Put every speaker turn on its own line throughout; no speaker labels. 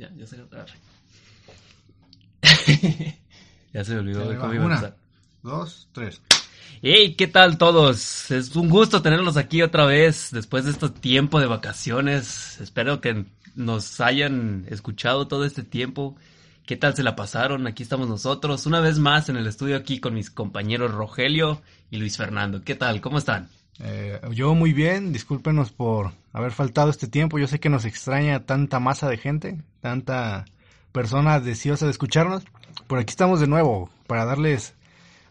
Ya, ya se lo traje. ya se me olvidó de cómo iba a
Una,
empezar.
dos, tres.
¡Hey! ¿Qué tal todos? Es un gusto tenerlos aquí otra vez después de este tiempo de vacaciones. Espero que nos hayan escuchado todo este tiempo. ¿Qué tal se la pasaron? Aquí estamos nosotros, una vez más en el estudio aquí con mis compañeros Rogelio y Luis Fernando. ¿Qué tal? ¿Cómo están?
Eh, yo muy bien, discúlpenos por haber faltado este tiempo. Yo sé que nos extraña tanta masa de gente, tanta persona deseosa de escucharnos. Por aquí estamos de nuevo para darles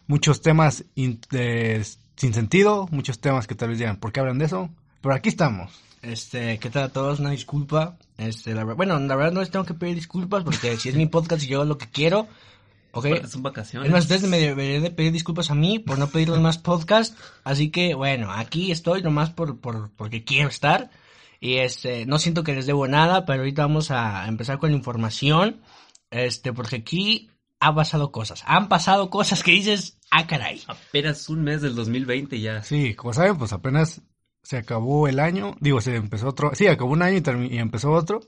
muchos temas in- de- sin sentido, muchos temas que tal vez digan, ¿por qué hablan de eso? Pero aquí estamos.
Este, ¿qué tal a todos? Una disculpa. Este, la ver- bueno, la verdad no les tengo que pedir disculpas porque si es mi podcast y yo lo que quiero, ok.
Aparte, Son vacaciones.
Es más, ustedes me deberían de pedir disculpas a mí por no pedirles más podcast. Así que, bueno, aquí estoy nomás por, por, porque quiero estar. Y este, no siento que les debo nada, pero ahorita vamos a empezar con la información. Este, porque aquí ha pasado cosas. Han pasado cosas que dices, ah, caray.
Apenas un mes del 2020 ya.
Sí, como saben, pues apenas se acabó el año, digo, se empezó otro, sí, acabó un año y, termi- y empezó otro.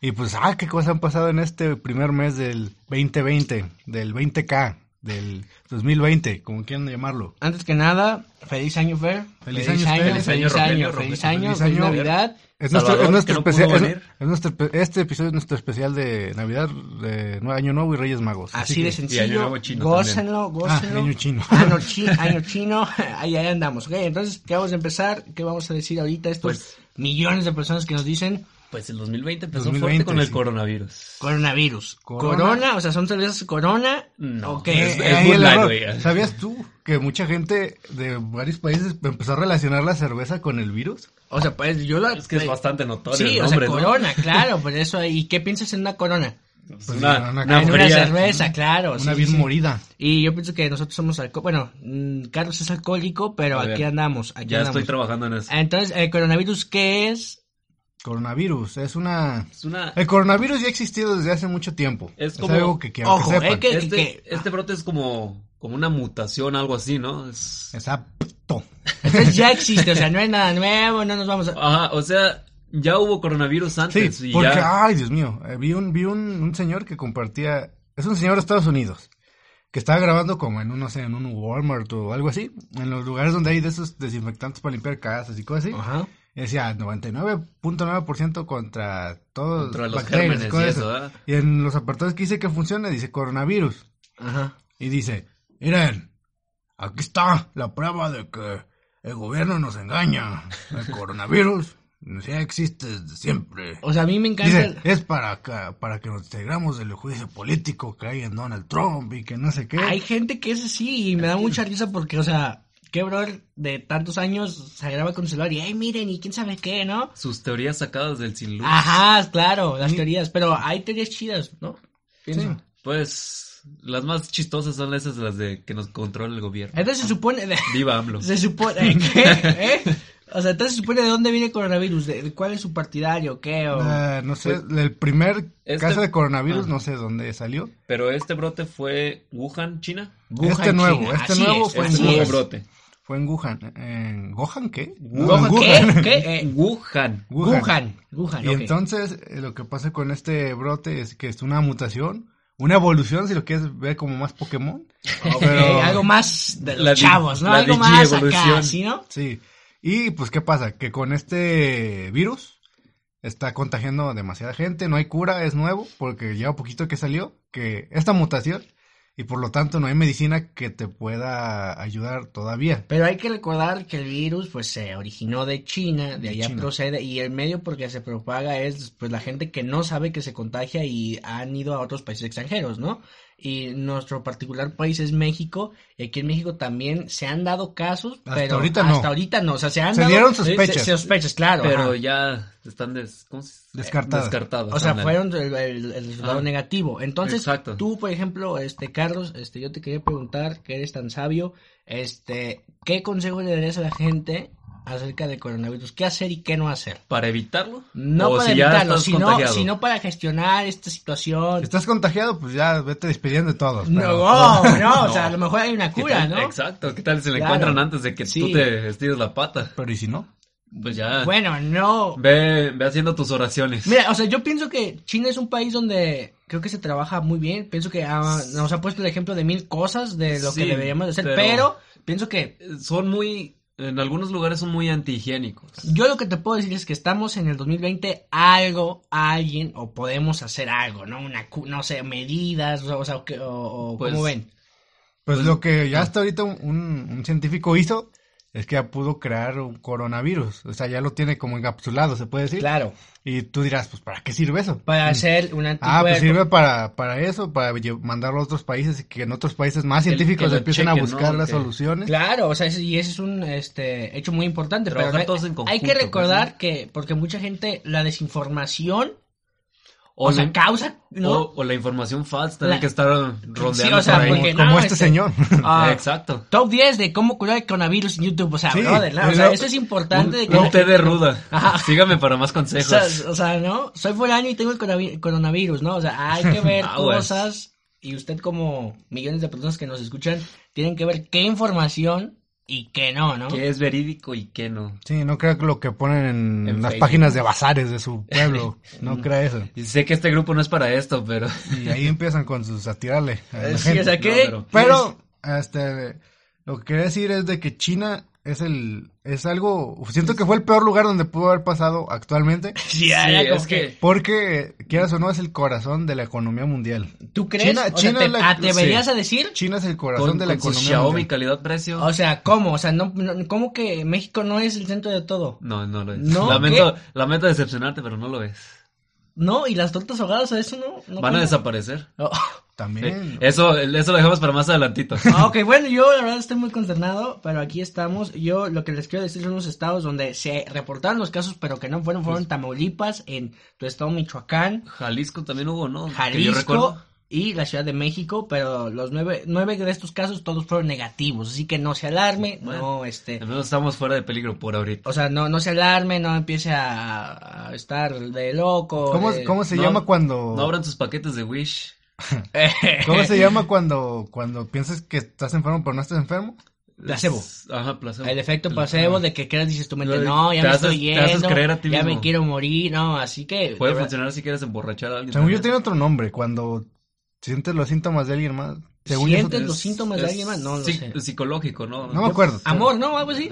Y pues, ah, qué cosas han pasado en este primer mes del 2020, del 20K, del 2020, como quieran llamarlo.
Antes que nada, feliz año, Fer.
Feliz año, Fer.
Feliz
feliz,
año, Rogelio,
año,
Rogelio.
feliz año,
Feliz
feliz
año.
Navidad.
Es
Salvador,
nuestro, es nuestro
que no pudo
especial, es-
venir.
es nuestro espe- este episodio es nuestro especial de Navidad, de Nue- Año Nuevo y Reyes Magos.
Así
Y
que- eh,
de
año
sencillo.
nuevo chino
Gócenlo,
Ah,
gócenlo.
año chino.
Año chino, año chino, ahí, ahí andamos. Ok, entonces, ¿qué vamos a empezar? ¿Qué vamos a decir ahorita? a Estos
Pues-
millones de personas que nos dicen
Pues el 2020 empezó fuerte
2020,
con el
sí.
coronavirus.
coronavirus.
Corona.
Corona, o sea, son cervezas corona.
No,
Ok.
es-
Eh, ahí
muy
el
largo,
error.
ya.
¿Sabías tú que mucha gente de varios países empezó a relacionar la cerveza con el virus?
O sea, pues yo la.
Es que es bastante notorio
Sí,
el
o sea,
nombre, ¿no?
corona, claro, por eso. ¿Y qué piensas en una corona?
Pues
Pues
una, una
una- Ah,
en
fría.
una cerveza, claro.
Una
sí,
bien
sí.
morida.
Y yo pienso que nosotros somos alcohólicos. Bueno, mm, Carlos es alcohólico, pero
A ver,
aquí andamos. Aquí
Ya
andamos.
estoy trabajando en eso.
Entonces, ¿el coronavirus qué es?
Coronavirus, es una...
Es una...
El coronavirus ya ha existido desde hace mucho tiempo.
Es
Es,
como-
algo que quiero
Ojo,
que sepan.
eh, que-
Este,
que-
este brote es como, como una mutación, algo así, ¿no? Es-
Es apto.
Entonces ya existe, o sea, no es nada nuevo, no nos vamos a...
Ajá, o sea, ya hubo coronavirus
Sí,
antes y
porque,
ya...
ay, Dios mío, eh, vi, un, vi un, un señor que compartía... Es un señor de Estados Unidos que estaba grabando como en un, no sé, en un Walmart o algo así, en los lugares donde hay de esos desinfectantes para limpiar casas y cosas así.
Ajá.
Y decía 99.9% contra todos
Contra los
bacterias
gérmenes y
cosas
eso, ¿eh?
esas.
¿verdad?
Y en los apartados que dice que funciona, dice coronavirus.
Ajá.
Y dice, miren, aquí está la prueba de que el gobierno nos engaña. El coronavirus ya existe desde siempre.
O sea, a mí me encanta...
Dice,
el-
es para que, para que nos integramos del juicio político que hay en Donald Trump y que no sé qué.
Hay gente que es así y me da mucha risa porque, o sea, qué brother de tantos años se graba con su celular y, ay, miren, y quién sabe qué, ¿no?
Sus teorías sacadas del sin
Ah.
luz.
Ajá, claro, las teorías, pero hay teorías chidas, ¿no?
Sí.
Pienso.
Pues las más chistosas son esas de las de que nos controla el gobierno.
Entonces se supone...
Viva AMLO.
Se supone... ¿qué? ¿Eh? O sea, entonces se supone de dónde viene el coronavirus, de, de cuál es su partidario, qué, o...
Eh, no sé, el primer
Pues, Este-
caso de coronavirus,
Ah.
no sé dónde salió.
Pero este brote fue Wuhan, China.
Wuhan,
este nuevo,
China.
este
Así
nuevo
es,
fue
Este
en
así
nuevo
Pues es.
brote.
Fue en Wuhan. ¿En Gohan qué?
Wuhan,
en
¿Qué? ¿Qué? Eh,
Wuhan.
Wuhan.
Wuhan, Wuhan,
Y
ok.
entonces eh, lo que pasa con este brote es que es una mutación, una evolución, si lo quieres ver como más Pokémon.
Ok, algo más de los
La di-
chavos, ¿no?
la
Algo más acá,
digievolución.
¿sí, no?
Sí. Y pues, ¿qué pasa? Que con este virus está contagiando a demasiada gente, no hay cura, es nuevo, porque lleva poquito que salió, que esta mutación, y por lo tanto no hay medicina que te pueda ayudar todavía.
Pero hay que recordar que el virus, pues, se originó de China, de
De
allá
China.
procede, y el medio porque se propaga es, pues, la gente que no sabe que se contagia y han ido a otros países extranjeros, ¿no? y nuestro particular país es México. Y aquí en México también se han dado casos,
Hasta
pero
ahorita no.
hasta ahorita no. O sea, se han
Se
dado
dieron
se-
sospechas.
se- sospechas, claro.
Pero
ajá.
ya están des- ¿cómo se-
Descartadas.
descartados.
O sea,
ándale.
fueron el, el- el resultado
Ah.
negativo. Entonces,
Exacto.
tú, por ejemplo, este Carlos, este yo te quería preguntar, que eres tan sabio, este, ¿qué consejo le darías a la gente acerca del coronavirus? ¿Qué hacer y qué no hacer?
¿Para evitarlo?
No
¿O
para
Oh, si ya
evitarlo,
estás
sino,
contagiado?
sino para gestionar esta
Si
situación.
estás contagiado, pues ya vete despidiendo de todos.
No,
pero-
no, o sea,
No.
a lo mejor hay una
¿Qué
cura,
tal-
¿no?
Exacto, ¿qué tal se le
Claro.
encuentran antes de que
Sí.
tú te estires la pata?
Pero ¿y si no?
Pues ya,
Bueno, no.
ve, ve haciendo tus oraciones.
Mira, o sea, yo pienso que China es un país donde creo que se trabaja muy bien. Pienso que ah, nos ha puesto el ejemplo de mil cosas de lo que
Sí,
deberíamos de hacer,
pero-
pero pienso que
Son muy, en algunos lugares son muy antihigiénicos.
Yo lo que te puedo decir es que estamos en el 2020, algo, alguien, o podemos hacer algo, ¿no? Una, cu- no sé, medidas, o, sea, o que- o- o
Pues-
¿cómo ven?
Pues, lo que ya hasta ahorita un, un- un científico hizo es que ya pudo crear un coronavirus. O sea, ya lo tiene como encapsulado, se puede decir.
Claro,
Y tú dirás, pues ¿para qué sirve eso?
para hacer un
Ah, pues
anticuerpo.
sirve para, para eso, para lle- mandarlo a otros países y que en otros países más
Que-
científicos
que lo
empiecen a
chequen, ¿no?
buscar las
Que-
soluciones.
claro, o sea, ese- y ese es un este, hecho muy importante, pero
Trabajar
hay,
todos en
hay que
conjunto,
recordar
pues,
que, porque mucha gente, la desinformación, o,
O,
sea,
la-
causa, ¿no?
o- o la información falsa
La-
tiene que estar rondeando
Sí, o sea,
por ahí.
porque-
como
no,
este
este-
señor.
Ah,
Exacto.
Top 10 de cómo curar el coronavirus en YouTube, o sea,
Sí,
brother, ¿no? o
y
sea,
luego-
eso es importante. de que
Un
la
té
gente-
de ruda.
Ajá.
Sígame para más
O
consejos.
sea, o sea, ¿no? Soy foráneo y tengo el coronavi- coronavirus, ¿no? O sea, hay que ver
Aguas.
cosas y usted como millones de personas que nos escuchan tienen que ver qué información y qué no, ¿no?
¿Qué es verídico y qué no?
Sí, no crea que lo que ponen en,
En
las
Facebook.
páginas de bazares de su pueblo. No crea eso.
Y sé que este grupo no es para esto, pero...
Y ahí empiezan con sus a tirarle a
Eh,
la
Sí,
gente.
o sea, ¿qué?
No,
Pero, este, lo que quería decir es de que China es el, es algo, siento que fue el peor lugar donde pudo haber pasado actualmente,
Sí, era
Sí,
como
es que...
porque, quieras o no, es el corazón de la economía mundial.
¿Tú crees?
China-
O sea,
China
¿te
es la-
atreverías
sí.
a decir?
China es el corazón
Con,
de la
con su
economía
Xiaomi
mundial.
calidad-precio...
O sea, ¿cómo? O sea, no, no- ¿cómo que México no es el centro de todo?
No, no lo es.
No,
lamento, lamento decepcionarte, pero no lo es.
No, y las tortas ahogadas, o eso no. no
Van a
cuenta?
desaparecer.
Oh.
También.
Eso, eso lo dejamos para más adelantito.
Ah, ok, bueno, yo la verdad estoy muy consternado, pero aquí estamos. Yo lo que les quiero decir son los estados donde se reportaron los casos, pero que no fueron, fueron en Tamaulipas, en tu estado Michoacán,
Jalisco también hubo, ¿no? Que yo
Jalisco
recuerdo.
y la Ciudad de México, pero los nueve, nueve de estos casos todos fueron negativos, así que no se alarme,
Bueno.
no, este,
Al menos estamos fuera de peligro por ahorita.
o sea, no, no se alarme, no empiece a, a estar de loco. eh,
¿Cómo,
de-
cómo se
no-
llama cuando,
No abran sus paquetes de Wish.
cómo se llama cuando, cuando piensas que estás enfermo pero no estás enfermo?
Placebo.
Ajá, placebo.
El efecto placebo de que creas, dices tu mente,
Lo de-
no, ya
te
me
haces-
estoy
te
yendo,
haces creer a ti
ya
mismo.
me quiero morir, no, así que...
Puede
de verdad-
funcionar si quieres emborrachar a alguien.
Según yo
también.
tiene otro nombre, cuando sientes los síntomas de alguien más. Según yo, eso-
Sientes los síntomas de alguien más, no lo
psi-
sé.
Psicológico, ¿no?
no me acuerdo.
Amor, ¿no? Algo así.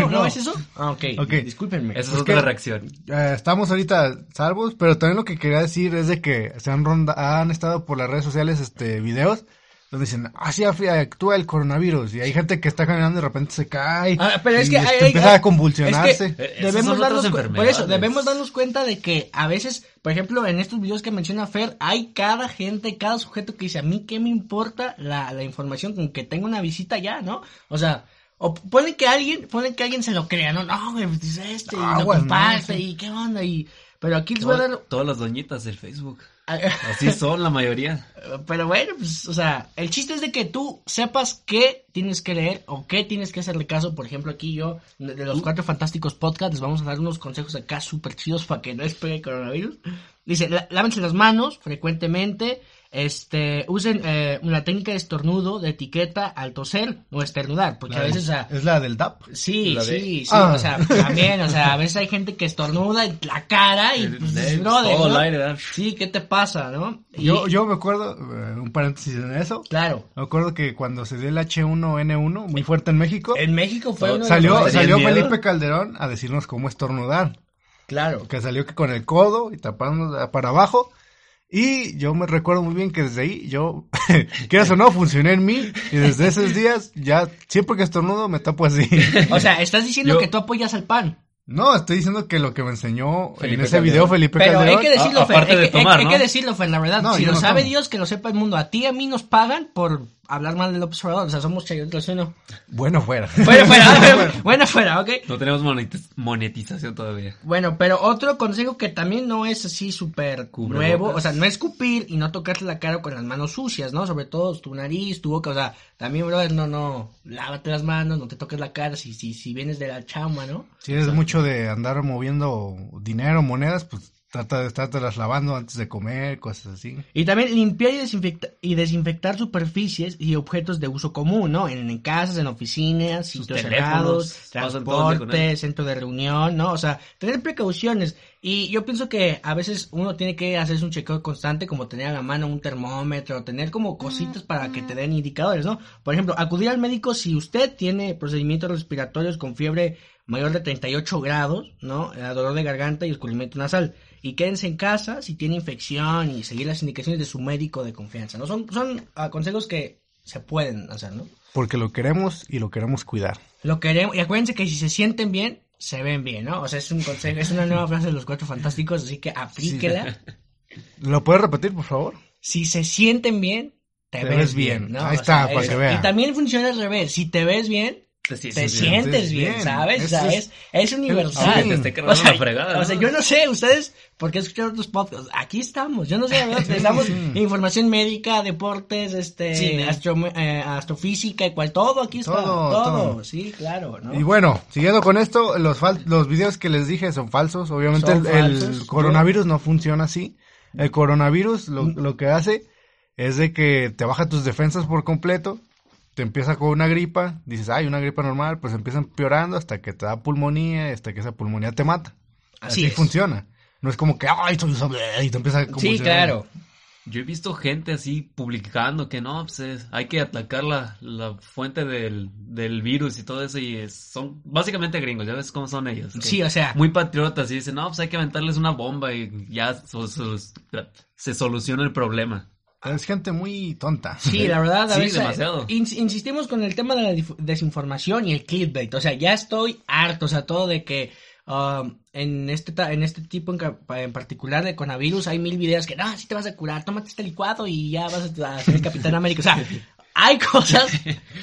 no, ¿no es eso. Ah, ok.
Ok.
Discúlpenme.
Esa
Es
es otra
que-
reacción.
Eh, estamos ahorita salvos, pero también lo que quería decir es de que se han ronda, han estado por las redes sociales este videos donde dicen así af- actúa el coronavirus y hay gente que está caminando y de repente se cae
Ah, pero es
y
que
este,
hay- hay-
empieza
hay-
a convulsionarse.
Es que
Eh, esas son
debemos
otras
darnos cu- por eso
enfermedades.
debemos darnos cuenta de que a veces, por ejemplo, en estos videos que menciona Fer, hay cada gente, cada sujeto que dice, a mí qué me importa la, la información con que tengo una visita ya, ¿no? O sea, o ponen que alguien, ponen que alguien se lo crea, no, no, güey, pues, dice este, y lo
Aguas, ¿no?
comparte,
Sí.
y qué onda, y pero aquí les voy a dar
Todas las doñitas del Facebook. Así son la mayoría.
Pero bueno, pues, o sea, el chiste es de que tú sepas qué tienes que leer o qué tienes que hacerle caso. Por ejemplo, aquí yo, de de
Mm.
los cuatro fantásticos podcasts, les vamos a dar unos consejos acá súper chidos para que no les pegue el coronavirus. Dice, "Lá- lávense las manos frecuentemente, este, usen eh, una técnica de estornudo, de etiqueta al toser o esternudar, porque
La
a
del-
veces, o sea,
es la del DAP.
Sí,
La de-
sí, sí,
Ah.
o sea, también, o sea, a veces hay gente que estornuda en la cara y pues,
Eh,
brother,
todo
¿no?
el aire, ¿verdad?
Sí, ¿qué te pasa, no? Y-
Yo yo me acuerdo eh, un paréntesis en eso.
claro,
Me acuerdo que cuando se dio el H1N1 muy fuerte en México,
En México fue uno de los
salió
países-
salió
¿Tenían miedo?
Felipe Calderón a decirnos cómo estornudar.
Claro.
que salió que con el codo y tapando para abajo. Y yo me recuerdo muy bien que desde ahí yo, quieras o no, funcioné en mí. Y desde esos días, ya siempre que estornudo me tapo así.
O sea, estás diciendo
Yo-
que tú apoyas al PAN.
No, estoy diciendo que lo que me enseñó en
Felipe
ese video
Calderón.
Felipe
Pero hay
Calderón.
que decirlo,
A-
Fer,
aparte
hay,
de
que- hay-
tomar,
hay
¿no?
que decirlo, Fer, la verdad.
No,
si
yo
lo
no
sabe
tomo.
Dios, que lo sepa el mundo. A ti y a mí nos pagan por hablar mal del observador. O sea, somos chayotes, ¿sí o no?
Bueno, fuera.
Bueno, fuera, bueno, fuera, ok.
No tenemos monetiz- monetización todavía.
Bueno, pero otro consejo que también no es así súper
Cubrebocas.
nuevo, o sea, no escupir y no tocarte la cara con las manos sucias, ¿no? Sobre todo tu nariz, tu boca, o sea, también, brother, no, no, lávate las manos, no te toques la cara si, si, si vienes de la chama, ¿no?
Si eres mucho de andar moviendo dinero, monedas, pues trata de estártelas lavando antes de comer, cosas así.
Y también limpiar y, desinfecta- y desinfectar superficies y objetos de uso común, ¿no? En, en casas, en oficinas,
Sus
sitios
teléfonos,
cerrados,
pasan todo el día con
transporte,
él.
centro de reunión, ¿no? O sea, tener precauciones. Y yo pienso que a veces uno tiene que hacerse un chequeo constante, como tener a la mano un termómetro, tener como cositas para que te den indicadores, ¿no? Por ejemplo, acudir al médico si usted tiene procedimientos respiratorios con fiebre mayor de 38 grados, ¿no? Eh, Dolor de garganta y escurrimiento nasal. Y quédense en casa si tiene infección y seguir las indicaciones de su médico de confianza, ¿no? Son, son ah, consejos que se pueden hacer, ¿no?
Porque lo queremos y lo queremos cuidar.
Lo queremos. Y acuérdense que si se sienten bien, se ven bien, ¿no? O sea, es un consejo, es una nueva frase de los cuatro fantásticos, así que aplíquela.
¿Lo puedes repetir, por favor?
Si se sienten bien, te, ves, bien, ¿no?
Ahí está, para
es-
que vea.
Y también funciona al revés. Si te ves bien,
Te
te
sientes bien.
sientes bien,
bien.
¿sabes?
Eso
¿Sabes?
es-
Es, universal.
Sí, te esté
cargando la fregada, ¿no?
o sea, yo no sé, ustedes, ¿por qué escuchan otros podcasts? Aquí estamos, yo no sé, ¿verdad? les damos información médica, deportes, este, astro- eh, astrofísica y cual, todo aquí está,
Todo,
todo,
todo.
sí, claro, ¿no?
Y bueno, siguiendo con esto, los, fal- los videos que les dije son falsos. Obviamente
Son
el, el
falsos.
coronavirus no funciona así. El coronavirus lo, lo que hace es de que te baja tus defensas por completo, te empieza con una gripa, dices, ay, una gripa normal, pues empieza empeorando hasta que te da pulmonía, hasta que esa pulmonía te mata.
Así
Así,
es.
funciona. No es como que, ay, soy un zombie", y te empieza a
Sí,
convulsionar.
claro.
Yo he visto gente así publicando que no, pues es- hay que atacar la, la fuente del, del virus y todo eso. Y es- son básicamente gringos, ya ves cómo son ellos. que
Sí, o sea,
Muy patriotas y dicen, no, pues hay que aventarles una bomba y ya so- so- se soluciona el problema.
Es gente muy tonta.
Sí, la verdad, a
Sí,
veces,
demasiado.
ins- insistimos con el tema de la dif- desinformación y el clickbait. O sea, ya estoy harto, o sea, todo de que um, en este ta- en este tipo en, ca- en particular de coronavirus hay mil videos que, no, si te vas a curar, tómate este licuado y ya vas a, a ser el Capitán América. O sea, hay cosas,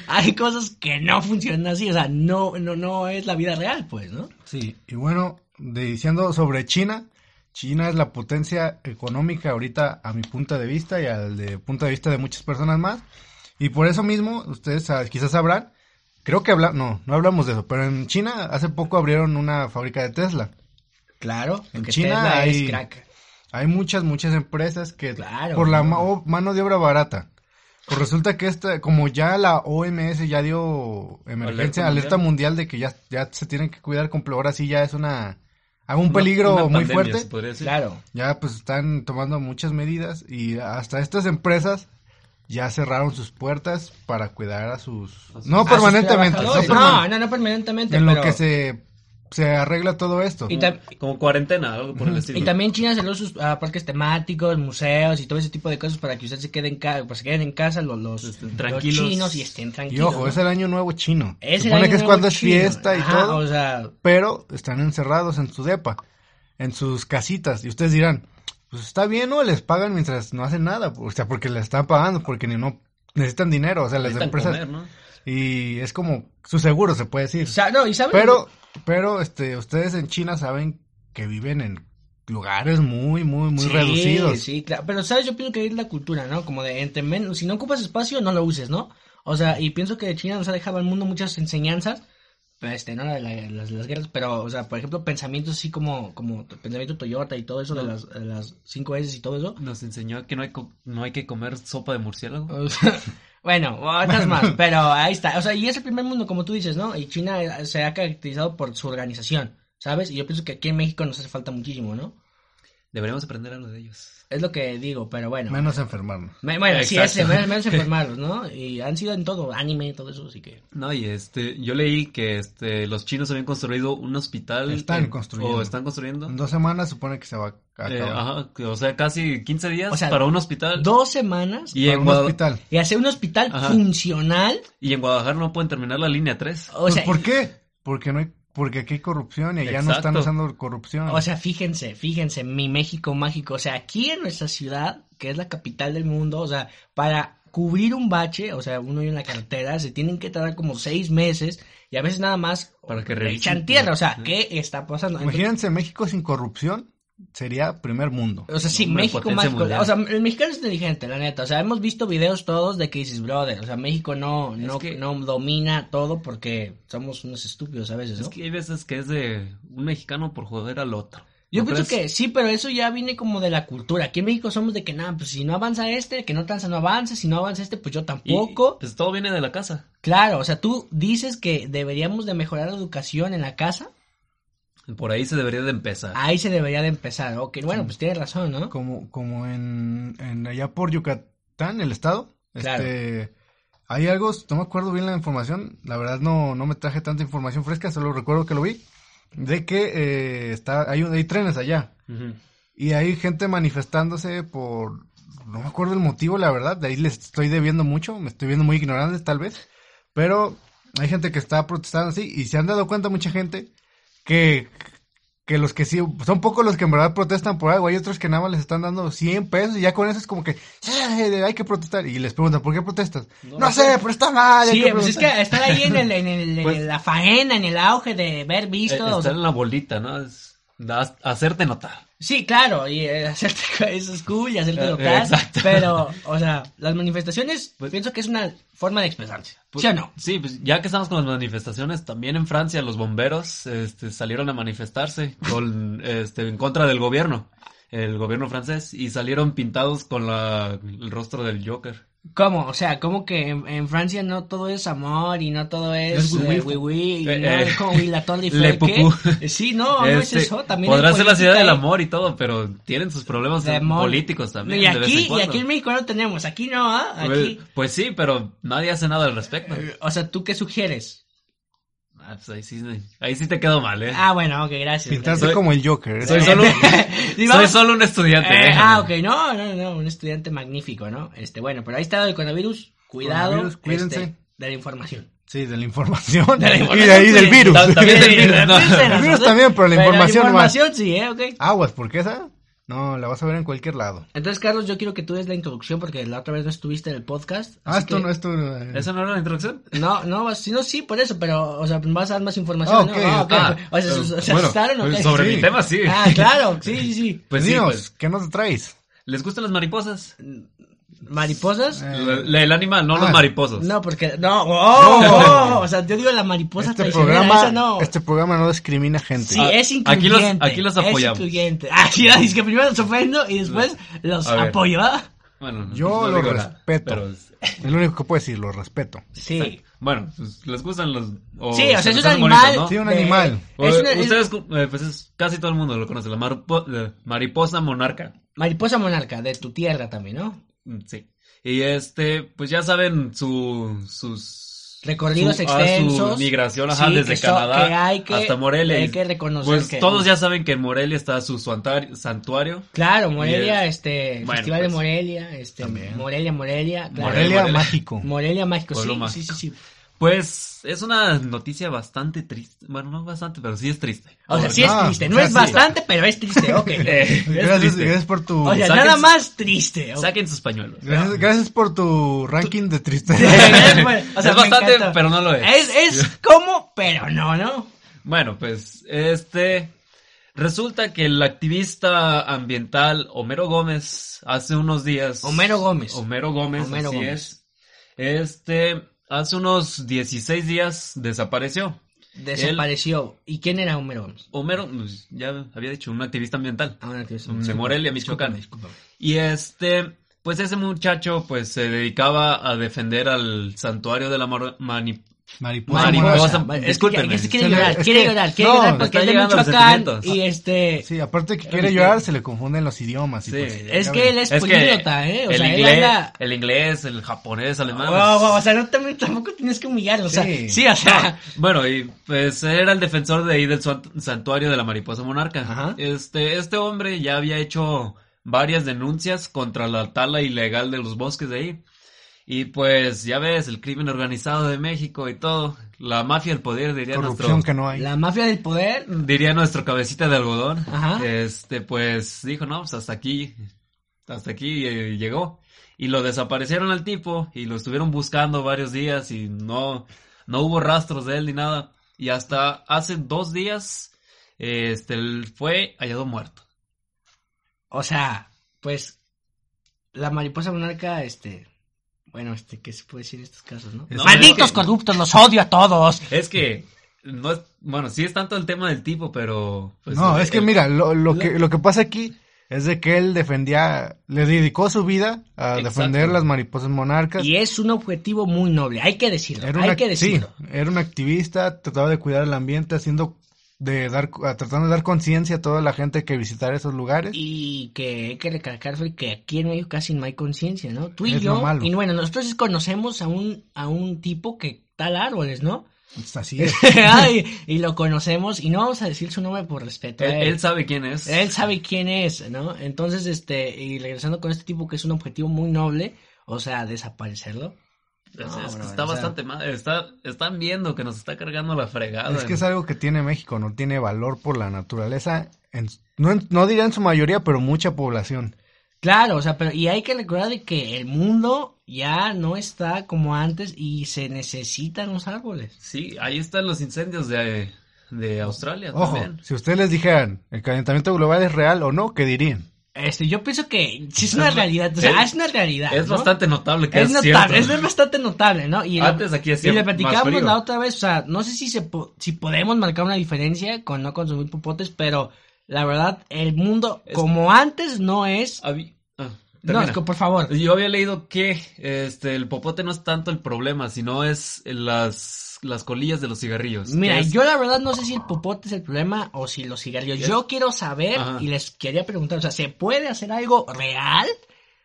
hay cosas que no funcionan así, o sea, no, no, no es la vida real, pues, ¿no?
Sí, y bueno, de- diciendo sobre China, China es la potencia económica ahorita a mi punto de vista y al de punto de vista de muchas personas más. Y por eso mismo, ustedes sa- quizás sabrán, creo que habla, no, no hablamos de eso, pero en China hace poco abrieron una fábrica de Tesla.
Claro,
En
porque
China
Tesla
hay-
es crack.
Hay muchas, muchas empresas que
Claro,
por la
claro.
ma- o- mano de obra barata. Pues resulta que esta, como ya la OMS ya dio emergencia,
Alerta
alerta mundial,
mundial.
de que ya, ya se tienen que cuidar con ahora sí ya es una, algún
Una-
peligro
una
muy
pandemia,
fuerte.
se podría decir.
Claro.
ya pues están tomando muchas medidas y hasta estas empresas ya cerraron sus puertas para cuidar a sus
A sus-
no
a
sus
permanentemente no,
Ah, trabajadores. No,
perman-
no, no permanentemente.
en
pero...
lo que se se arregla todo esto
Y tam-
Como cuarentena, algo por el estilo.
Y también China cerró sus ah, parques temáticos, museos y todo ese tipo de cosas para que usted se quede en casa, pues se queden en casa los, los,
Estén
los
tranquilos.
chinos y este, estén
Este, y
tranquilos.
ojo es el año nuevo chino
Es
se
el
supone
año
que es
nuevo
cuando es
chino.
fiesta y
Ajá,
todo
O sea,
pero están encerrados en su depa en sus casitas y ustedes dirán pues está bien no les pagan mientras no hacen nada o sea porque les están pagando porque ni no necesitan dinero o sea las
Necesitan
empresas
comer, ¿no?
y es como su seguro se puede decir
sa- no, y saben-
Pero, pero, este, ustedes en China saben que viven en lugares muy, muy, muy
Sí,
reducidos.
Sí, claro. Pero, ¿sabes? Yo pienso que es la cultura, ¿no? Como de, entre menos, si no ocupas espacio, no lo uses, ¿no? O sea, y pienso que China nos ha dejado al mundo muchas enseñanzas, pues, este, ¿no? La- la- las, las guerras, pero, o sea, por ejemplo, pensamientos así como, como pensamiento Toyota y todo eso de las, de las cinco veces y todo eso.
Nos enseñó que no hay, co- no hay que comer sopa de murciélago.
O sea, bueno, otras más, pero ahí está. O sea, y es el primer mundo, como tú dices, ¿no? Y China eh, se ha caracterizado por su organización, ¿sabes? Y yo pienso que aquí en México nos hace falta muchísimo, ¿no?
Deberíamos aprender algo de ellos.
Es lo que digo, pero bueno.
Menos enfermarnos.
Me- bueno, sí,
Exacto.
ese, menos, menos enfermarlos, ¿no? Y han sido en todo, anime y todo eso, así que...
No, y este, yo leí que este, los chinos habían construido un hospital.
Están
en-
construyendo.
O están construyendo.
En dos semanas supone que se va a acabar.
Eh, ajá, que- o sea, casi 15 días
O sea,
para un hospital.
Dos semanas
y,
Para
en
un
Guada-
hospital.
y hacer un hospital
Ajá.
funcional,
y en Guadalajara no pueden terminar la línea 3.
o
Pues,
sea...
¿Por qué? Porque no hay Porque aquí hay corrupción y allá no
Exacto.
están usando corrupción.
O sea, fíjense, fíjense, mi México mágico. O sea, aquí en nuestra ciudad, que es la capital del mundo, o sea, para cubrir un bache, o sea, uno en la carretera, se tienen que tardar como seis meses y a veces nada más
Para que
le
revisen.
echan tierra. O sea, ¿qué está pasando? Entonces,
Imagínense México sin corrupción, sería primer mundo.
o sea, sí,
Hombre,
México
potencia
mágico.
mundial.
O sea, el mexicano es inteligente, la neta. O sea, hemos visto videos todos de que dices, brother, o sea, México no, no,
que-
no domina todo porque somos unos estúpidos a veces, ¿no?
Es que hay veces que es de un mexicano por joder al otro.
Yo
¿No
pienso
crees?
que sí, pero eso ya viene como de la cultura. Aquí en México somos de que nada, pues si no avanza este, que no avanza, no avanza, si no avanza este, pues yo
Y,
tampoco.
Pues todo viene de la casa.
Claro, o sea, tú dices que deberíamos de mejorar la educación en la casa,
Por ahí se debería de empezar.
ahí se debería de empezar. Ok, bueno, pues tienes razón, ¿no?
Como, como en, en allá por Yucatán, el estado.
Claro.
Este, hay algo, no me acuerdo bien la información, la verdad no, no me traje tanta información fresca, solo recuerdo que lo vi, de que eh, está, hay, un- hay trenes allá
Ujú.
y hay gente manifestándose por, no me acuerdo el motivo, la verdad, de ahí les estoy debiendo mucho, me estoy viendo muy ignorante tal vez, pero hay gente que está protestando así y se han dado cuenta mucha gente que, que los que sí, son pocos los que en verdad protestan por algo, hay otros que nada más les están dando 100 pesos y ya con eso es como que "Eh, hay que protestar y les preguntan, ¿por qué protestas? No, sé, pero está
Ah,
mal. hay
Sí,
que
pues es que
protestar".
estar ahí en, el, en, el- en
Pues-
la faena, en el auge de ver
Eh,
visto. o
estar
sea,
en la bolita, ¿no? Es da- hacerte notar.
Sí, claro, y eh, hacerte eso es cool y hacerte
Eh,
notar.
exacto.
Pero, o sea, las manifestaciones,
Pues-
pienso que es una forma de expresarse.
Pues,
¿Sí o no?
Sí, pues ya que estamos con las manifestaciones, también en Francia los bomberos este, salieron a manifestarse con, este, en contra del gobierno, el gobierno francés, y salieron pintados con la, el rostro del Joker.
¿Cómo? O sea, como que en, en Francia no todo es amor y no todo es
Es oui-oui.
eh, oui-oui y
Eh,
no
eh,
es como y la torre y
le
fue, ¿qué? Eh,
pupú.
Sí, no, no
Este,
es eso. También
podrá
hay
ser la ciudad del
política y-
amor y todo, pero tienen sus problemas
de amor.
políticos también.
Y
de vez en
aquí, y
cuando.
aquí en México no tenemos, aquí no, ¿ah? Aquí.
Pues, pues sí, pero nadie hace nada al respecto.
eh, O sea, ¿tú qué sugieres?
Ah, pues ahí, sí, ahí sí te quedo mal, ¿eh?
Ah, bueno, ok, gracias.
Pintarse
Soy-
como el Joker. ¿eh?
soy,
eso-
solo,
gracias.
soy
Y vamos-
solo un estudiante.
Eh,
déjame.
ah, ok, no, no, no, un estudiante magnífico, ¿no? Este, bueno, pero ahí está el coronavirus, cuidado,
Coronavirus, cuídense.
este, de la información.
Sí, de la información.
De la
y
información,
de ahí del
sí.
virus.
Ta- también del virus, ¿no?
El virus también, pero la información no.
La información sí, ¿eh? Ok.
Aguas, porque esa no la vas a ver en cualquier lado.
Entonces, Carlos, yo quiero que tú des la introducción porque la otra vez no estuviste en el podcast.
Ah,
así
esto
que-
no, esto no. eh.
¿Esa no era la introducción?
No, no, vas- sí, no, sí, por eso, pero, o sea, vas a dar más información.
Ah,
¿no?
ok,
Ah, ok.
ah,
o sea,
eh,
¿se- ¿se
bueno,
asustaron o
pues
qué?
Sobre
Sí.
mi tema, sí.
Ah, claro, sí, sí, sí.
Pues sí,
Dinos,
pues,
¿qué nos traes?
¿les gustan las mariposas?
¿Mariposas?
La- la- el animal, no
Ah.
los mariposos.
No, porque, no, oh,
No.
oh, o sea, yo digo la mariposa
Este
traicionera,
programa,
pues, esa no.
este programa no discrimina gente.
Sí,
Ah,
es
aquí los-
incluyente.
aquí los apoyamos.
Es incluyente. Ah, sí, es que primero los ofendo y después los
A ver.
apoyo, ¿ah?
Bueno, no-
Yo
no
lo
digo nada,
respeto.
pero-
Es lo único que puedo decir, lo respeto.
Sí.
bueno, pues, les gustan los.
Sí, o sea, es
les
un
hacen
animal.
bonitos,
Sí,
¿no?
un
de-
animal.
O-
es una- es-
Ustedes, eh, pues es, casi todo el mundo lo conoce, la marpo- la mariposa monarca.
Mariposa monarca, de tu tierra también, ¿no?
Mm, Sí. Y este, pues ya saben su, sus
Recorridos
su- ah,
extensos.
su migración ajá,
Sí,
desde
que so-
Canadá
que hay que-
hasta Morelia.
hay que reconocer
Pues
que-
todos ya saben que en Morelia está su santuario. santuario.
Claro, Morelia,
Y es-
este,
bueno,
Festival de
pues,
Morelia, este, Morelia, Morelia, claro.
Morelia,
Morelia.
mágico.
Morelia mágico, sí,
Pueblo
sí, sí, sí.
Pues es una noticia bastante triste. Bueno, no bastante, pero sí es triste.
O sea,
Porque-
sí es
Ah,
triste,
o
no
sea,
es
sí.
bastante, pero es triste, ok.
Gracias,
triste.
gracias por tu.
O sea,
Saquen
nada
Eh, su-
más triste. ok.
Saquen sus pañuelos.
gracias, gracias por tu ranking de
Sí,
tristeza.
gracias por- o sea,
es
me
bastante,
encanta.
pero no lo es.
Es, es como, pero no, ¿no?
Bueno, pues este resulta que el activista ambiental Homero Gómez hace unos días
Homero Gómez.
Homero Gómez,
Homero
así
Gómez.
es. Este hace unos 16 días desapareció.
Desapareció. ¿Y quién era Homero Gómez?
Homero, pues, ya había dicho, un activista ambiental.
Ah, bueno, que es-
De
discúlpame,
Morelia, Michoacán.
discúlpame, discúlpame.
Y este, pues ese muchacho pues se dedicaba a defender al santuario de la mar- mani-
Mariposa.
Mariposa.
monarca.
Es que-
Discúlpenme.
es que quiere
Se le-
llorar,
es
quiere
que-
llorar, quiere
no,
llorar
me
porque
está
es de
llegando los
Michoacán
sentimientos.
y este...
Sí, aparte que quiere llorar, se le confunden los idiomas. y
Sí.
pues,
Es
ya
que
ven.
él es,
Es que
políglota, ¿eh? O
el,
sea, él
inglés,
habla-
el inglés, el japonés, alemán.
Guau, guau,
pues,
o sea, no, también, tampoco tienes que humillarlo, o sea,
Sí.
sí, o sea...
Bueno, y pues era el defensor de ahí del suan- santuario de la mariposa monarca.
Ajá.
Este, este hombre ya había hecho varias denuncias contra la tala ilegal de los bosques de ahí. Y pues ya ves, el crimen organizado de México y todo, la mafia del poder, diría
Corrupción
nuestro...
que no hay.
La mafia del poder.
Diría nuestro cabecita de algodón.
Ajá.
Este, pues dijo, no, pues hasta aquí, hasta aquí eh, llegó. Y lo desaparecieron al tipo y lo estuvieron buscando varios días y no, no hubo rastros de él ni nada. Y hasta hace dos días, este, él fue hallado muerto.
O sea, pues la mariposa monarca, este, bueno, este, ¿qué se puede decir en estos casos, no?
No,
Malditos
es que-
corruptos, los odio a todos.
Es que, no es, bueno, sí es tanto el tema del tipo, pero... pues,
no, es que
el-
mira, lo, lo que, lo que pasa aquí es de que él defendía, le dedicó su vida a
Exacto.
defender las mariposas monarcas.
Y es un objetivo muy noble, hay que decirlo,
Era
hay
una-
que decirlo.
sí, era un activista, trataba de cuidar el ambiente, haciendo de dar, tratando de dar conciencia a toda la gente que visitara esos lugares.
Y que hay que recalcar Fer, que aquí en México casi no hay conciencia, ¿no? Tú y
Es
yo,
lo malo.
y bueno, nosotros conocemos a un, a un tipo que tal árboles, ¿no?
Pues Así es.
Ah, Ay, y lo conocemos, y no vamos a decir su nombre por respeto. a
eh,
Él, él sabe quién es.
Él sabe quién es, ¿no? Entonces, este, y regresando con este tipo que es un objetivo muy noble, o sea, desaparecerlo.
Es-
No,
es que
bro,
está
o sea-
bastante mal. Está, están viendo que nos está cargando la fregada.
Es que es
¿no?
algo que tiene México, no tiene valor por la naturaleza, en- no, en- no diría en su mayoría, pero mucha población.
Claro, o sea, pero y hay que recordar de que el mundo ya no está como antes y se necesitan los árboles.
Sí, ahí están los incendios de, de Australia
Ojo,
también.
si ustedes les dijeran, ¿el calentamiento global es real o no? ¿Qué dirían?
Este, yo pienso que sí es una
Es-
realidad, o sea,
es-
es, una realidad.
Es
Ah, ¿no?
bastante notable que es,
es notable, es
cierto.
bastante notable, ¿no? Y lo-
Antes aquí hacía
y le
más
platicamos
frío.
la otra vez, o sea, no sé si se po- si podemos marcar una diferencia con no consumir popotes, pero la verdad, el mundo
Es-
como antes no es.
Habí- ah,
No,
termina.
es que, por favor.
Yo había leído que este el popote no es tanto el problema, sino es las, las colillas de los cigarrillos. que
Mira,
es-
yo la verdad no sé si el popote es el problema o si los cigarrillos.
Es-
Yo quiero saber
Ajá.
y les quería preguntar, o sea, ¿se puede hacer algo real?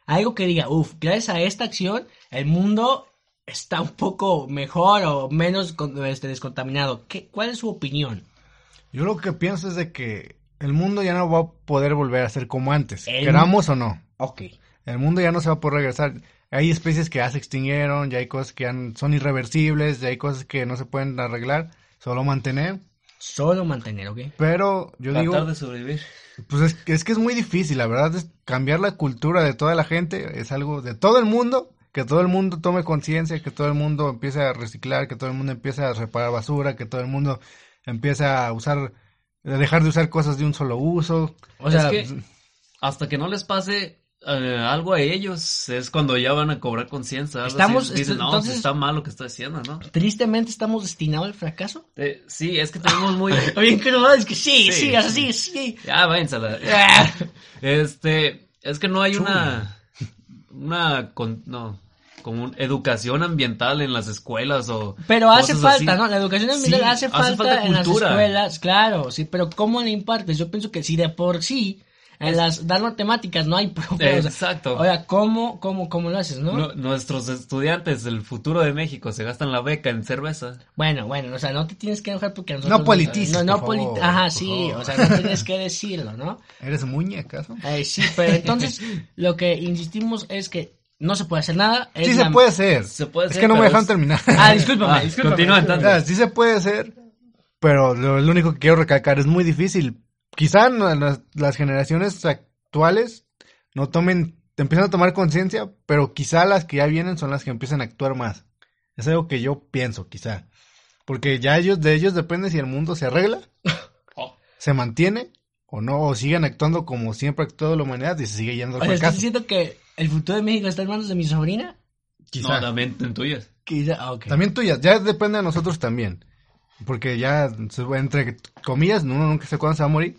Algo que diga, uff, gracias a esta acción el mundo está un poco mejor o menos con- este, descontaminado. ¿Qué, ¿Cuál es su opinión?
Yo lo que pienso es de que el mundo ya no va a poder volver a ser como antes,
El-
queramos o no.
Ok.
El mundo ya no se va a poder regresar. Hay especies que ya se extinguieron, ya hay cosas que ya n- son irreversibles, ya hay cosas que no se pueden arreglar, solo mantener.
Solo mantener, ¿ok?
Pero yo
tratar
digo,
de sobrevivir.
pues es, que- es que es muy difícil, la verdad, es cambiar la cultura de toda la gente, es algo de todo el mundo, que todo el mundo tome conciencia, que todo el mundo empiece a reciclar, que todo el mundo empiece a reparar basura, que todo el mundo empiece a usar, a dejar de usar cosas de un solo uso.
O sea, mm.
es que hasta que no les pase eh, algo a ellos, es cuando ya van a cobrar conciencia. algo así.
Estamos-
Dicen,
esto-
no,
entonces-
está mal lo que está haciendo, ¿no?
tristemente estamos destinados al fracaso.
Eh, sí, es que tenemos muy...
Bien que no, es que
Sí.
sí, sí, así, sí.
ya, váyanse a la...
Ah,
Este, es que no hay una, una, con- no, como un- educación ambiental en las escuelas o.
Pero hace
cosas
falta,
así.
¿no? La educación ambiental
Sí,
hace, falta en las
cultura.
escuelas, claro, sí, pero ¿cómo le impartes? Yo pienso que si de por sí en
Es-
las dar matemáticas no hay profe, o sea,
Exacto.
Oiga, ¿cómo, cómo, cómo lo haces, no?
Nu- nuestros estudiantes del futuro de México se gastan la beca en cerveza.
Bueno, bueno, o sea, no te tienes que enojar porque a nosotros...
politices,
No, no
por favor,
politi- Ajá,
por
sí,
favor.
o sea, no tienes que decirlo, ¿no?
¿Eres muñe acaso?
Eh, sí, pero entonces lo que insistimos es que no se puede hacer nada. es
Sí
la-
se puede hacer.
Se puede
es
hacer,
que no me
pero
dejan
es-
terminar.
Ah, discúlpame,
Ah,
discúlpame.
continúa
O
entonces.
sea, sí se puede ser, pero lo, lo único que quiero recalcar es muy difícil. Quizá no- las, las generaciones actuales no tomen, empiezan a tomar conciencia, pero quizá las que ya vienen son las que empiezan a actuar más. Es algo que yo pienso, quizá. Porque ya ellos, de ellos depende si el mundo se arregla,
Oh.
se mantiene o no, o siguen actuando como siempre ha actuado la humanidad y se sigue yendo al
O sea, ¿estás
fracaso.
diciendo que el futuro de México está en manos de mi sobrina?
No,
Quizá.
también en tuyas.
Quizá, ah, ok.
También tuyas, ya depende de nosotros también. Porque ya, se- entre comillas, uno nunca sé cuándo se va a morir.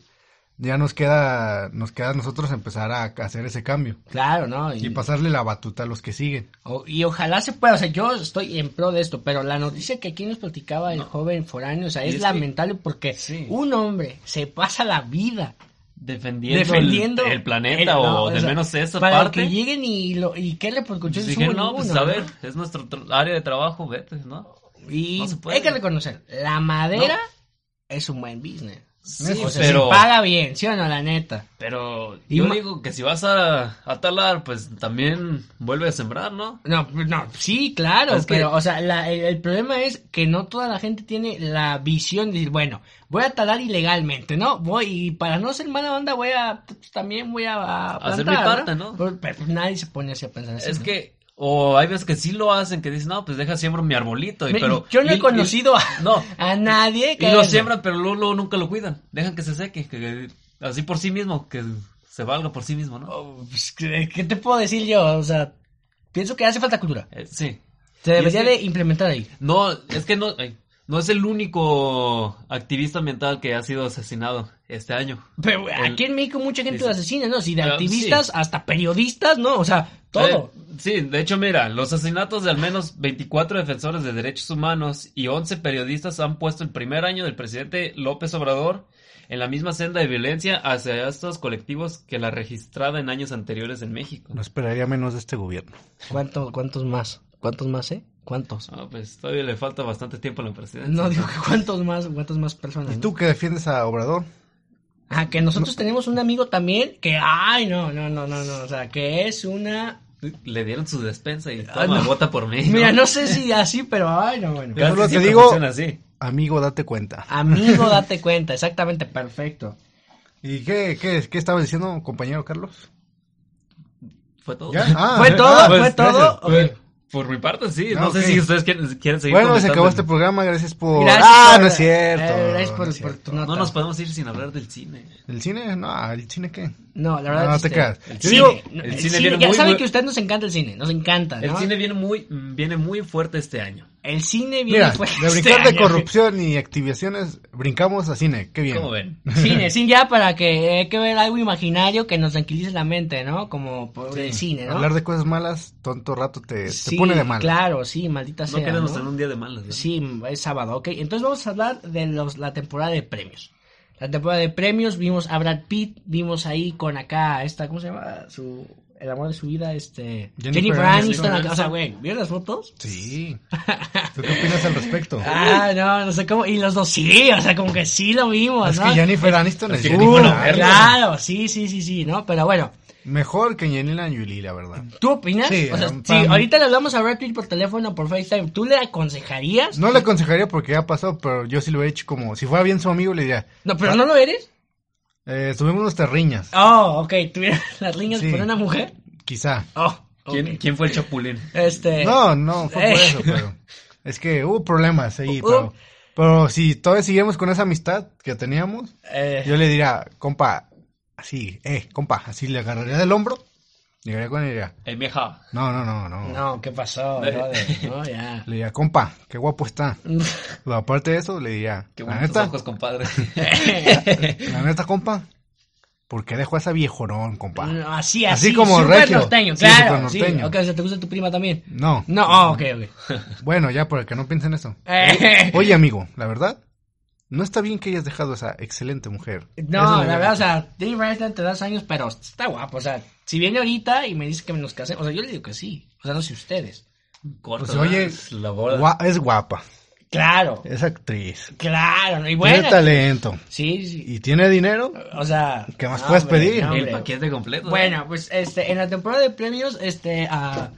Ya nos queda, nos queda a nosotros empezar a hacer ese cambio.
Claro, ¿no?
Y pasarle la batuta a los que siguen.
o- y ojalá se pueda, o sea, yo estoy en pro de esto, pero la noticia que aquí nos platicaba el joven foráneo, o sea,
Y
es,
es que-
lamentable porque
Sí.
un hombre se pasa la vida
Defendiendo,
defendiendo
el, el planeta
el-
o,
no,
del
sea,
menos esa
para
parte.
que lleguen y, lo, y qué repercusiones
Dije,
hubo
no, pues
ninguno,
a
¿no?
ver, es nuestro tr- área de trabajo, vete, ¿no?
Y
No se puede.
hay que reconocer, la madera es un buen business. Sí, o sea,
pero-
se paga bien, ¿sí o no? La neta.
Pero
Y
yo
ma-
digo que si vas a, a talar, pues también vuelve a sembrar, ¿no?
No, no, sí, claro,
Es que-
pero, o sea, la- el, el problema es que no toda la gente tiene la visión de decir, bueno, voy a talar ilegalmente, ¿no? Voy, y para no ser mala onda, voy a, pues, también voy a, a
Hacer
plantar,
mi parte, ¿no?
Pero, pero nadie se pone así a pensar así.
es
¿no?
que, o hay veces que sí lo hacen, que dicen, no, pues deja siembro mi arbolito. y
Me-
pero,
yo no
y-
he
y-
conocido a,
no.
a nadie que...
Y lo siembran, pero luego, luego nunca lo cuidan. Dejan que se seque, que, que- así por sí mismo, que se valga por sí mismo, ¿no?
Oh, pues, ¿Qué qué te puedo decir yo? O sea, pienso que hace falta cultura.
Eh, sí.
Se
Y
debería
es que-
de implementar ahí.
No, es que no, ay, no es el único activista ambiental que ha sido asesinado este año.
Pero güey,
El-
aquí en México mucha gente
dice-
lo asesina, ¿no? Si de
Ah, sí.
activistas hasta periodistas, ¿no? O sea, todo.
Eh, sí, de hecho, mira, los asesinatos de al menos 24 defensores de derechos humanos y 11 periodistas han puesto el primer año del presidente López Obrador en la misma senda de violencia hacia estos colectivos que la registrada en años anteriores en México.
No esperaría menos de este gobierno.
¿Cuánto- ¿Cuántos más? ¿Cuántos más, eh? ¿Cuántos?
Ah, pues todavía le falta bastante tiempo a la presidencia.
No digo que cuántos más, cuántas más personas.
¿Y
¿no?
tú que defiendes a Obrador?
Ah, que nosotros tenemos un amigo también que, ay, no, no, no, no, no, o sea, que es una...
Le dieron su despensa y
Ah,
toma,
no.
vota por mí.
Mira, no sé si así, pero, ay, no, bueno.
Yo
Casi
solo te
siempre
digo-
funciona así.
Amigo, date cuenta.
Ah. Amigo, date cuenta, exactamente, perfecto.
¿Y qué, qué, qué estabas diciendo, compañero Carlos?
Fue todo.
¿Ya? Ah,
¿Fue
ah,
todo?
pues,
¿Fue todo?
gracias.
Ok.
Por mi parte, sí.
Ah,
no
ok.
sé si ustedes quieren, quieren seguir
Bueno, se
comentando.
acabó este programa, gracias por...
pues, Gracias
ah,
por-
no es cierto.
eh, gracias por-
no es
por
cierto.
tu nota.
No nos podemos ir sin hablar del cine.
¿El cine? No, ¿el cine qué?
No, la
No,
verdad
no
es
te
que-
creas.
El
Yo
cine,
digo-
no,
el
el
cine
cine,
viene
ya
muy-
saben
muy-
que a ustedes nos encanta el cine, nos encanta,
El
Ah, ¿no?
cine viene muy, viene muy fuerte este año.
El cine viene
Mira,
fuerte
de
este
brincar de
año.
corrupción y activaciones, brincamos a cine, qué bien.
¿Cómo ven?
Cine, sí, ya para que hay que ver algo imaginario que nos tranquilice la mente, ¿no? Como por
Sí,
el cine, ¿no?
Hablar de cosas malas, tonto rato te, te
Sí,
pone de mal.
Claro, sí, maldita
No
sea.
queremos
¿no?
tener un día de malas. ¿no?
Sí, es sábado, ok. Entonces vamos a hablar de los, la temporada de premios. La temporada de premios, vimos a Brad Pitt, vimos ahí con acá, esta, ¿cómo se llama? Su, el amor de su vida, este...
Jennifer
Jennifer
Aniston.
Aniston, acá, o sea, güey, ¿vieron las fotos?
Sí. ¿Tú qué opinas al respecto?
Ah, no, no sé cómo, y los dos sí, o sea, como que sí lo vimos,
es
¿no?
que Jennifer Aniston es
que
uh,
ni para
Uh,
verlo.
claro, sí, sí, sí, sí, ¿no? Pero bueno,
mejor que Angelina Jolie, la verdad.
¿Tú opinas?
Sí,
o sea,
um,
si
pam.
ahorita le hablamos a Brad Pitt por teléfono, por FaceTime, ¿tú le aconsejarías?
No le aconsejaría porque ya pasó, pero yo sí lo hubiera hecho como, si fuera bien su amigo, le diría,
No, pero no lo eres.
eh, tuvimos nuestras riñas,
Oh, ok, tuvieron las riñas
Sí.
por una mujer.
quizá.
Oh, ok.
¿Quién, quién fue el chapulín?
Este.
No, no, fue por
Eh.
eso, pero es que hubo problemas ahí,
Uh, uh.
pero, pero si todavía siguiéramos con esa amistad que teníamos,
eh,
yo le diría, compa, así, eh, compa, así le agarraría del hombro, llegaría con él y diría,
El vieja.
no, no, no, no,
No, ¿qué pasó?
Eh.
brother? No, ya.
le diría, compa, qué guapo está. Pero aparte de eso, le diría,
Qué
la
bonitos
neta,
ojos, compadre.
la neta, compa, ¿por qué dejó a esa viejorón, compa?
No, así, así.
Así como
súper
regio.
norteño,
Sí,
claro.
súper
Sí,
norteño.
Ok, o sea, ¿te gusta tu prima también?
No,
No, oh, ok, ok.
bueno, ya, para que no piensen eso.
Eh,
Oye, amigo, la verdad, no está bien que hayas dejado a esa excelente mujer. Eso
No,
me
la
hubiera-
verdad, o sea, Jennifer Aniston te das años, pero está guapo. O sea, si viene ahorita y me dice que nos casemos, o sea, yo le digo que sí. O sea, no sé ustedes.
Corta,
Pues, oye,
¿verdad? la boda.
Gua- es guapa,
Claro,
es actriz,
claro, y bueno.
tiene talento
Sí, sí.
y tiene dinero.
O sea.
¿Qué más puedes pedir?
no,
el
hombre.
paquete completo.
Bueno, pues este, en la temporada de premios, este, a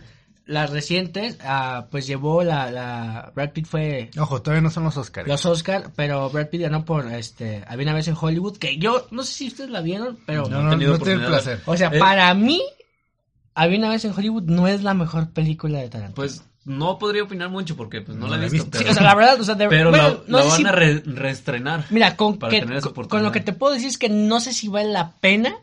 las recientes, ah, pues llevó la, la. Brad Pitt fue
Ojo, todavía no son los Oscars.
los Oscar, pero Brad Pitt ganó por este. Había una vez en Hollywood que yo, no sé si ustedes la vieron, pero.
No, no,
he tenido
no tiene el
oportunidad de-
placer.
O sea,
Eh.
para mí, Había una vez en Hollywood no es la mejor película de Tarantino.
Pues no podría opinar mucho porque pues, no, la
No
he visto.
viste.
Sí,
Pero,
o sea, la verdad, o sea, de-
pero
bueno,
la,
no
la
sé
van
si-
a re- reestrenar.
Mira, con,
para
que-
tener esa
con- con
oportunidad.
lo que te puedo decir es que no sé si vale la pena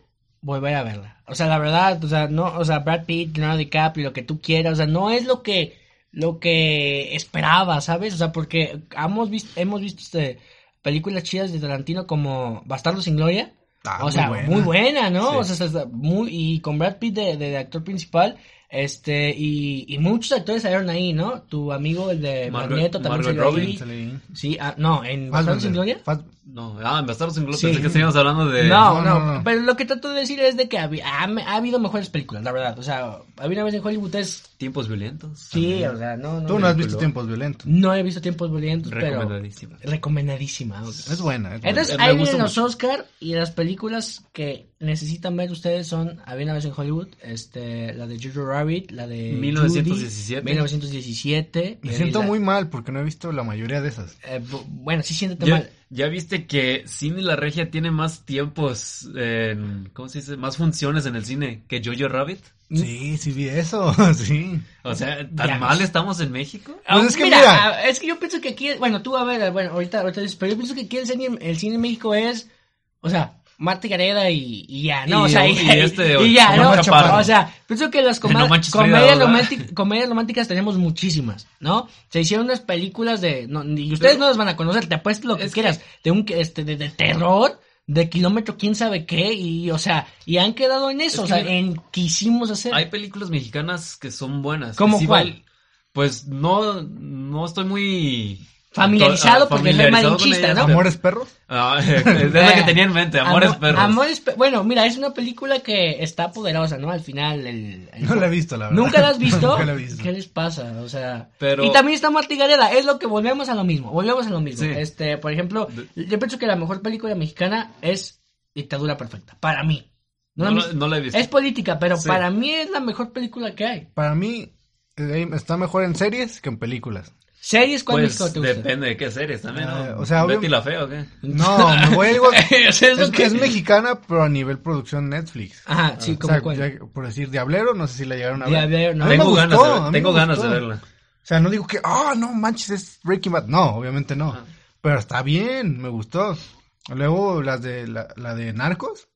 volver a verla. O sea, la verdad, o sea, no, o sea, Brad Pitt, Leonardo DiCaprio, lo que tú quieras, o sea, no es lo que lo que esperaba, ¿sabes? O sea, porque hemos visto hemos visto este, películas chidas de Tarantino como Bastardo sin Gloria.
Ah,
o sea,
muy buena.
muy buena, ¿no?
Sí.
O sea, está- está muy y con Brad Pitt de, de actor principal Este, y, y muchos actores salieron ahí, ¿no? Tu amigo, el de
Margot-
Magneto, también
Margot
salió
Robbie.
ahí. Sí, ah, no, en Bastardos sin Gloria.
Fas-
No, ah, en Bastardos sin Gloria
Sí.
pensé que estábamos hablando de...
No,
No,
no,
no, no.
pero lo que trato de decir es de que ha, habi- ha- ha habido mejores películas, la verdad. O sea, había una vez en Hollywood es...
Tiempos violentos.
Sí,
también.
o sea, no, no.
Tú no has
película.
visto Tiempos Violentos.
No he visto Tiempos Violentos, pero...
Recomendadísimo.
Recomendadísima. ok.
Es buena. es buena.
Entonces,
Me
ahí
gusta
vienen los Oscar y las películas que necesitan ver ustedes son Había una vez en Hollywood, este, la de Jojo Rabbit, la de
1917.
Judy, 1917.
Me
eh,
siento
la-
muy mal porque no he visto la mayoría de esas.
eh, bu- bueno, sí siéntete
Ya,
mal.
ya viste que Cine La Regia tiene más tiempos, en, ¿cómo se dice? Más funciones en el cine que Jojo Rabbit.
Mm.
Sí, sí vi eso, sí.
O sea,
Ya
¿tan mal
ves.
estamos en México?
Pues
Ah,
es que mira.
ah, es que yo pienso que aquí, bueno, tú a ver, bueno, ahorita, ahorita dices, pero yo pienso que aquí el cine, el cine en México es, o sea, Marta y Gareda y, y ya, ¿no?
Y-
o sea, y,
y este,
y ya, ¿no?
Omar Chaparro.
O sea, pienso que las coma-
No manches,
comedias,
Frida, ¿verdad?
románti- comedias románticas tenemos muchísimas, ¿no? Se hicieron unas películas de, no, y ustedes
Pero-
no las van a conocer, te apuesto lo que
Es que-
quieras, de un, este, de, de terror. De kilómetro, quién sabe qué, y o sea, y han quedado en eso,
Es
o
que
sea,
mira,
en quisimos hacer.
Hay películas mexicanas que son buenas. que
¿Cómo
sí
cuál?
val- pues no, no estoy muy...
Familiarizado,
ah,
porque soy
familiarizado con
malinchista,
ellas,
¿no? Eh,
pero-
¿Amores perros?
Ah, es la que tenía en mente, Amores
Amor-
Perros.
Amores Pe- bueno, mira, es una película que está poderosa, ¿no? Al final, el. el-
No la he visto, la verdad.
¿Nunca la has visto?
Nunca la he visto.
¿Qué les pasa? O sea.
Pero-
Y también está Marta y Gareda, es lo que volvemos a lo mismo. Volvemos a lo mismo.
Sí.
Este, por ejemplo, yo pienso que la mejor película mexicana es Dictadura Perfecta, para mí. ¿No la
No
has
la-
visto?
no la he visto.
Es política, pero
Sí.
para mí es la mejor película que hay.
Para mí eh, está mejor en series que en películas.
¿Series cuál
Pues
mexicana te gusta?
depende de qué series también, ¿no?
Ah, o sea, obvio-
Betty la Fea, ¿o qué?
No, me voy a algo-
Eso es lo
es que es
que-
mexicana, pero a nivel producción Netflix.
Ajá, sí,
O
como
sea,
cuál.
ya- por decir Diablero, no sé si la llegaron a ver.
Diablero, no.
A mí me
Tengo
gustó,
ganas, de ver-
a mí me
tengo ganas de
gustó.
verla.
O sea, no digo que, ah, no manches, es Breaking Bad. No, obviamente no. Pero está bien, me gustó. Luego las de, la, la de Narcos.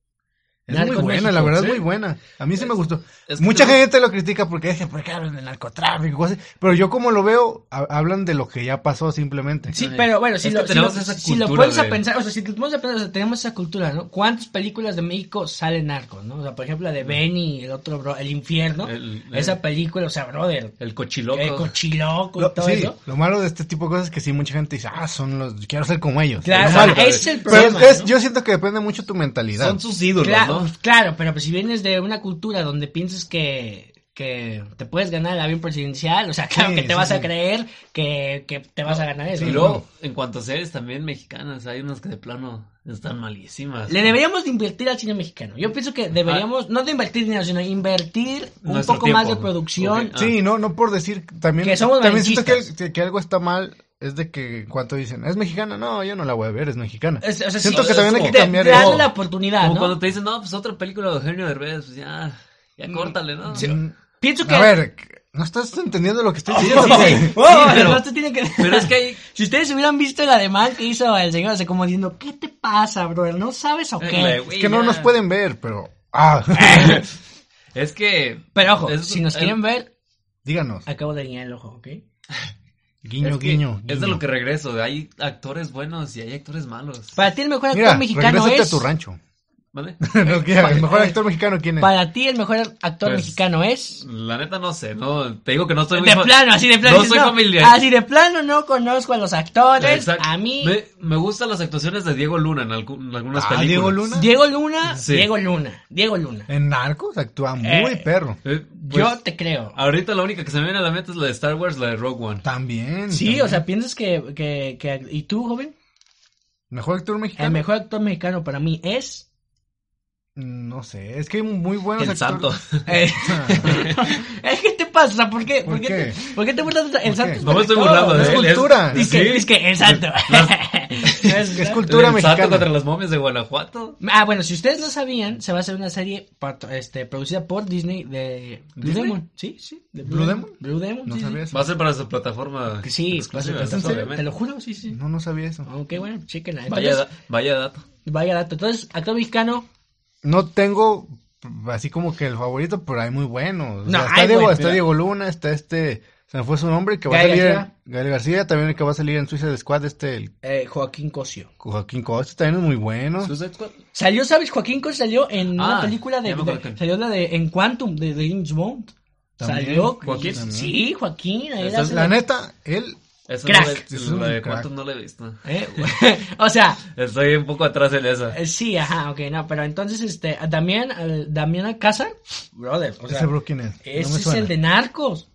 Es
Narcos
muy buena,
México,
la verdad
sí.
es muy buena. A mí sí me gustó.
es que
Mucha
tenemos-
gente lo critica porque dicen, ¿por qué hablan de narcotráfico? y cosas así? Pero yo como lo veo, ha- hablan de lo que ya pasó simplemente.
Sí,
Ay.
pero bueno, si
Es
lo,
que
si, lo,
tenemos esa
si lo
cultura
pones a
de-
pensar, o sea, si te pones a pensar, o sea, tenemos esa cultura, ¿no? ¿Cuántas películas de México salen narcos, no? O sea, por ejemplo, la de Benny, el otro, bro, El Infierno,
El-
esa película, o sea, brother,
El
el,
cochiloco.
cochiloco y
Lo,
todo
sí,
eso.
lo malo de este tipo de cosas es que sí, mucha gente dice, ah, son los, quiero ser como ellos.
Claro,
Es lo malo.
ese es el
Pero
problema,
es-
¿no?
yo siento que depende mucho tu mentalidad.
Son sus ídolos,
Claro,
¿no?
claro, pero pues si vienes de una cultura donde piensas que, que te puedes ganar el avión presidencial, o sea, claro
Sí,
que te
sí,
vas a
sí.
creer que, que te vas a ganar eso.
Y
¿no?
luego, en cuanto a series también mexicanas, hay unas que de plano están malísimas.
Le deberíamos de invertir al cine mexicano. Yo pienso que deberíamos, no de invertir dinero, sino invertir un
Ah. Nuestro
poco más de
tiempo.
producción.
Ok. Ah.
Sí, no, no por decir también.
Que somos
también siento que,
malinchistas.
que- que algo está mal es de que en cuanto dicen es mexicana, no, yo no la voy a ver, es mexicana.
Es- o sea,
siento
sí,
que
es
también hay
como-
que cambiar
de- de darle
eso.
la oportunidad,
Como
¿no?
cuando te dicen, no, pues otra película de Eugenio Derbez, pues ya, ya córtale, ¿no?
Mm,
Pienso que...
A ver, no estás entendiendo lo que estoy diciendo. güey.
Oh,
Sí, pero-
pero, esto tiene que...
Pero es que hay...
Si ustedes hubieran visto el ademán que hizo el señor, hace como diciendo, ¿qué te pasa, brother? ¿No sabes o
Ay,
qué?
Eh, güey,
Es que no
ya.
nos pueden ver, pero ah,
Es que...
Pero ojo,
Es-
si nos
eh,
quieren ver,
díganos.
acabo de guiñar el ojo, ¿ok?
Guiño,
es que
guiño,
Es de
guiño.
lo que regreso, de hay actores buenos y hay actores malos.
Para ti el mejor actor
Mira,
mexicano
regrésate
es...
a tu rancho.
¿Vale?
No, ¿qué? el mejor
eh,
actor mexicano quién es?
Para ti el mejor actor
Pues-
mexicano es...
La neta no sé, no, te digo que no estoy muy
De
fa-
plano, así de plano.
No
dices,
soy familiar.
Así de plano no conozco a los actores.
Exacto.
A mí...
Me, me gustan las actuaciones de Diego Luna en, algu- en algunas
Ah,
películas.
Diego Luna.
Diego Luna,
Sí.
Diego Luna, Diego Luna.
En Narcos actúa muy
Eh,
perro.
Eh, pues,
Yo te creo.
Ahorita la única que se me viene a la mente es la de Star Wars, la de Rogue One.
También.
Sí,
también.
o sea, piensas que, que, que- ¿Y tú, joven?
mejor actor mexicano.
El mejor actor mexicano para mí es...
Mm, No sé, es que hay muy buenos
El santo.
actores.
Eh, es que te pasa, ¿por qué? ¿Por,
¿Por
qué?
qué?
te- ¿Por qué te burlas? de- El
¿Por
santo
qué?
es
No me estoy ¿eh?
perfecto.
burlando de
Es
él.
cultura.
Dice,
sí.
dice que el santo.
Es cultura
el
mexicana.
Santo contra las momias de Guanajuato.
Ah, bueno, si ustedes no sabían, se va a hacer una serie patro- este, producida por Disney de Blue
¿Disney?
Demon. Sí, sí. de
¿Blue Demon?
Blue Demon.
No
sí, sí.
sabía eso.
Va a ser para su plataforma.
Que Sí,
exclusiva,
va a ser-
¿no?
te
Obviamente.
lo juro, sí, sí.
No, no sabía eso.
Ok, bueno, chequenla.
Vaya,
Entonces,
da- vaya dato.
Vaya dato. Entonces, actor mexicano.
No tengo p- así como que el favorito, pero hay muy buenos. O sea,
No,
está,
hay
Diego,
buen-
está
mira.
Diego Luna, está este. Se me fue su nombre, que va
Gael
a salir.
García.
Gael García, también el que va a salir en Suicide Squad, este, el
eh, Joaquín Cosio.
Joaquín Costa, también es muy bueno.
Suicide Squad.
Salió, ¿sabes? Joaquín Cosio salió en una
Ah,
película de,
ya me acuerdo
de-
que-
Salió la de En Quantum de, de James Bond.
También,
Salió.
Joaquín.
Joaquín. Sí, Joaquín.
Eso
ahí la
es
hace
La
la-
neta, él
Eso
Crack.
no le-
Es
lo
un
de
crack.
cuántos no lo he visto.
¿Eh? o sea,
Estoy un poco atrás en esa.
eh, sí, ajá, ok, no, pero entonces, este, también, Damián Alcázar, brother, o sea,
ese bro quién es.
ese
no me
es
suena.
el de Narcos,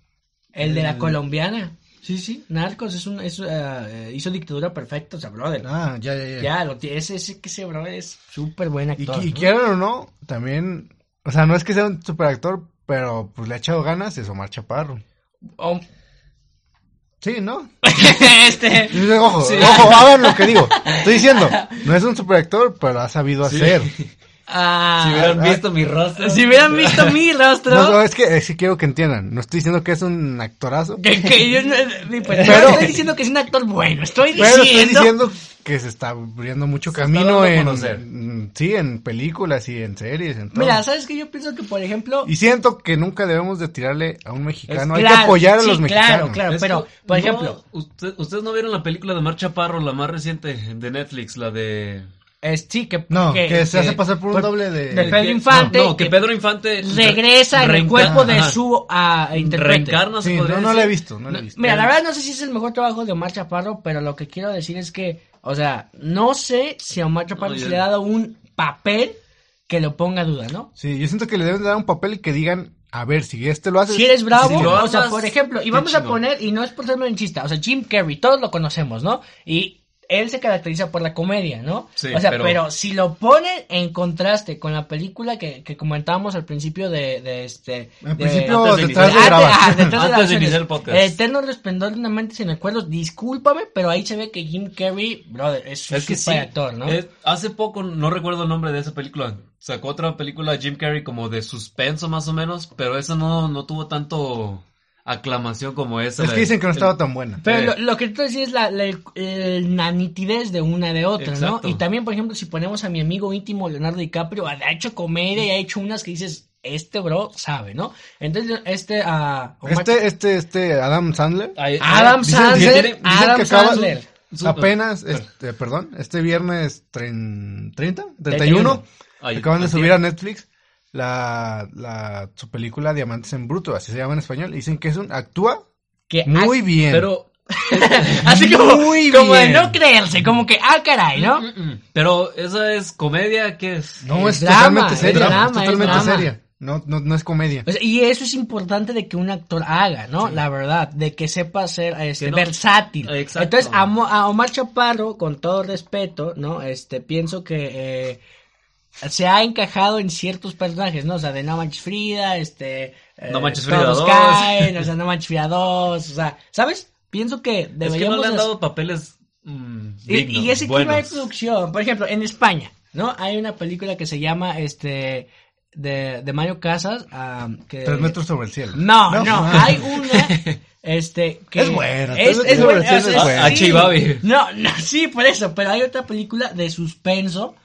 el de la
El-
colombiana. Sí, sí, Narcos es un, es, eh, hizo dictadura perfecta, o sea, brother.
Ah, ya, ya, ya.
Ya, lo ti- ese, ese, ese brother es súper buen
Y,
actor.
qui- y
¿no?
quieran o no, también, o sea, no es que sea un superactor, pero pues le ha echado ganas es Omar Chaparro.
Oh,
Sí, ¿no?
este,
Y dice, Ojo,
Sí.
ojo, hagan lo que digo. Estoy diciendo, no es un superactor, pero ha sabido hacer.
ah,
Si hubieran
ah,
visto mi rostro.
si hubieran visto mi rostro,
No, no, es que eh, sí quiero que entiendan, no estoy diciendo que es un actorazo,
que, que yo no, ni- pues, no
Pero-
estoy diciendo que es un actor bueno, estoy
pero
diciendo,
estoy diciendo que se está abriendo mucho
Se está dando
camino
a
en,
conocer.
mm, sí, en películas y en series, en todo.
mira, ¿sabes qué? Yo pienso que, por ejemplo,
Y siento que nunca debemos de tirarle a un mexicano,
Es-
hay
claro,
que apoyar a
sí,
los mexicanos.
claro, claro.
Es
pero,
que
por
no-
ejemplo-
usted- ustedes no vieron la película de Mar Chaparro, la más reciente de Netflix, la de.
es, sí, que,
No, que, se hace pasar por un
por-
doble de...
de Pedro Infante,
No, no, que
que
Pedro Infante.
regresa en el
reenca-
cuerpo de
ajá,
su ah, intérprete.
Reencarna, se
Sí,
podría
no, no la he
decir.
visto, no la he visto.
Mira, la verdad no sé si es el mejor trabajo de Omar Chaparro, pero lo que quiero decir es que, o sea, no sé si a Omar Chaparro
No,
se
yo-
le ha dado un papel que lo ponga a duda, ¿no?
Sí, yo siento que le deben de dar un papel y que digan, a ver, si este lo hace...
Si eres bravo,
Pues, Si lo
o sea,
amas,
por ejemplo, y
qué
vamos a
chido.
poner, y no es por ser malinchista, o sea, Jim Carrey, todos lo conocemos, ¿no? Y él se caracteriza por la comedia, ¿no?
Sí,
o sea, pero...
pero-
si lo ponen en contraste con la película que, que comentábamos al principio de, de este...
En
de-
principio,
antes de
detrás
iniciar.
de,
ah,
grabar.
detrás
Antes de
grabaciones.
iniciar el podcast.
Eterno resplandor de una mente sin recuerdos. Discúlpame, pero ahí se ve que Jim Carrey, brother, es un
Es que sí.
actor, ¿no?
Es- hace poco, no recuerdo el nombre de esa película. Sacó otra película Jim Carrey como de suspenso más o menos, pero esa no, no tuvo tanto aclamación como esa.
Es
la
que
de-
dicen que no
el-
estaba tan buena.
Pero
Sí.
lo, lo que tú decías es la, la, el- el- la nitidez de una de otra,
Exacto.
¿no? Y también, por ejemplo, si ponemos a mi amigo íntimo Leonardo DiCaprio, ha ha hecho comedia y ha hecho unas que dices, este bro sabe, ¿no? Entonces, este... ah, Omar-
Este, este, este, Adam Sandler,
Ay, ay,
Adam
dicen-
Sandler,
dicen- dicen-
dicen
Adam
que acaba-
Sandler.
Súper.
apenas, este, perdón, este viernes tren- 30,
31.
31,
Ay,
acaban de
así
subir
es.
a Netflix la, la, su película Diamantes en Bruto, así se llama en español, y dicen que es un, actúa
que
muy bien.
Pero,
Así como,
Muy
como de
bien.
no creerse, como que, ah, caray, ¿no?
Mm-mm. Mm, pero esa es comedia, ¿qué es?
no,
es
es,
drama,
totalmente
es
seria,
drama,
es
es
totalmente
drama. Eh,
seria, no, no, no es comedia.
O sea, y eso es importante de que un actor haga, ¿no? La verdad, de que sepa ser este,
Que no-
versátil.
Exacto.
Entonces, a, Mo- a Omar Chaparro, con todo respeto, ¿no? Este, pienso que eh, se ha encajado en ciertos personajes, ¿no? O sea, de No Manches Frida, este... eh,
No Manches Frida
Todos
2.
caen, o sea, No Manches Frida 2, o sea, ¿sabes? Pienso que
Es que no
deberíamos...
le han
hacer-
dado papeles mm,
y,
dignos,
y ese clima de
buenos.
producción, por ejemplo, en España, ¿no? Hay una película que se llama, este, de, de Mario Casas, ah, que...
Tres metros sobre el cielo.
No, no,
Ah.
hay una este que
Es buena,
es,
todo
es
lo
buena,
que
o sea,
es buena.
sí.
Hachi Babi.
No, no, sí, por eso, pero hay otra película de suspenso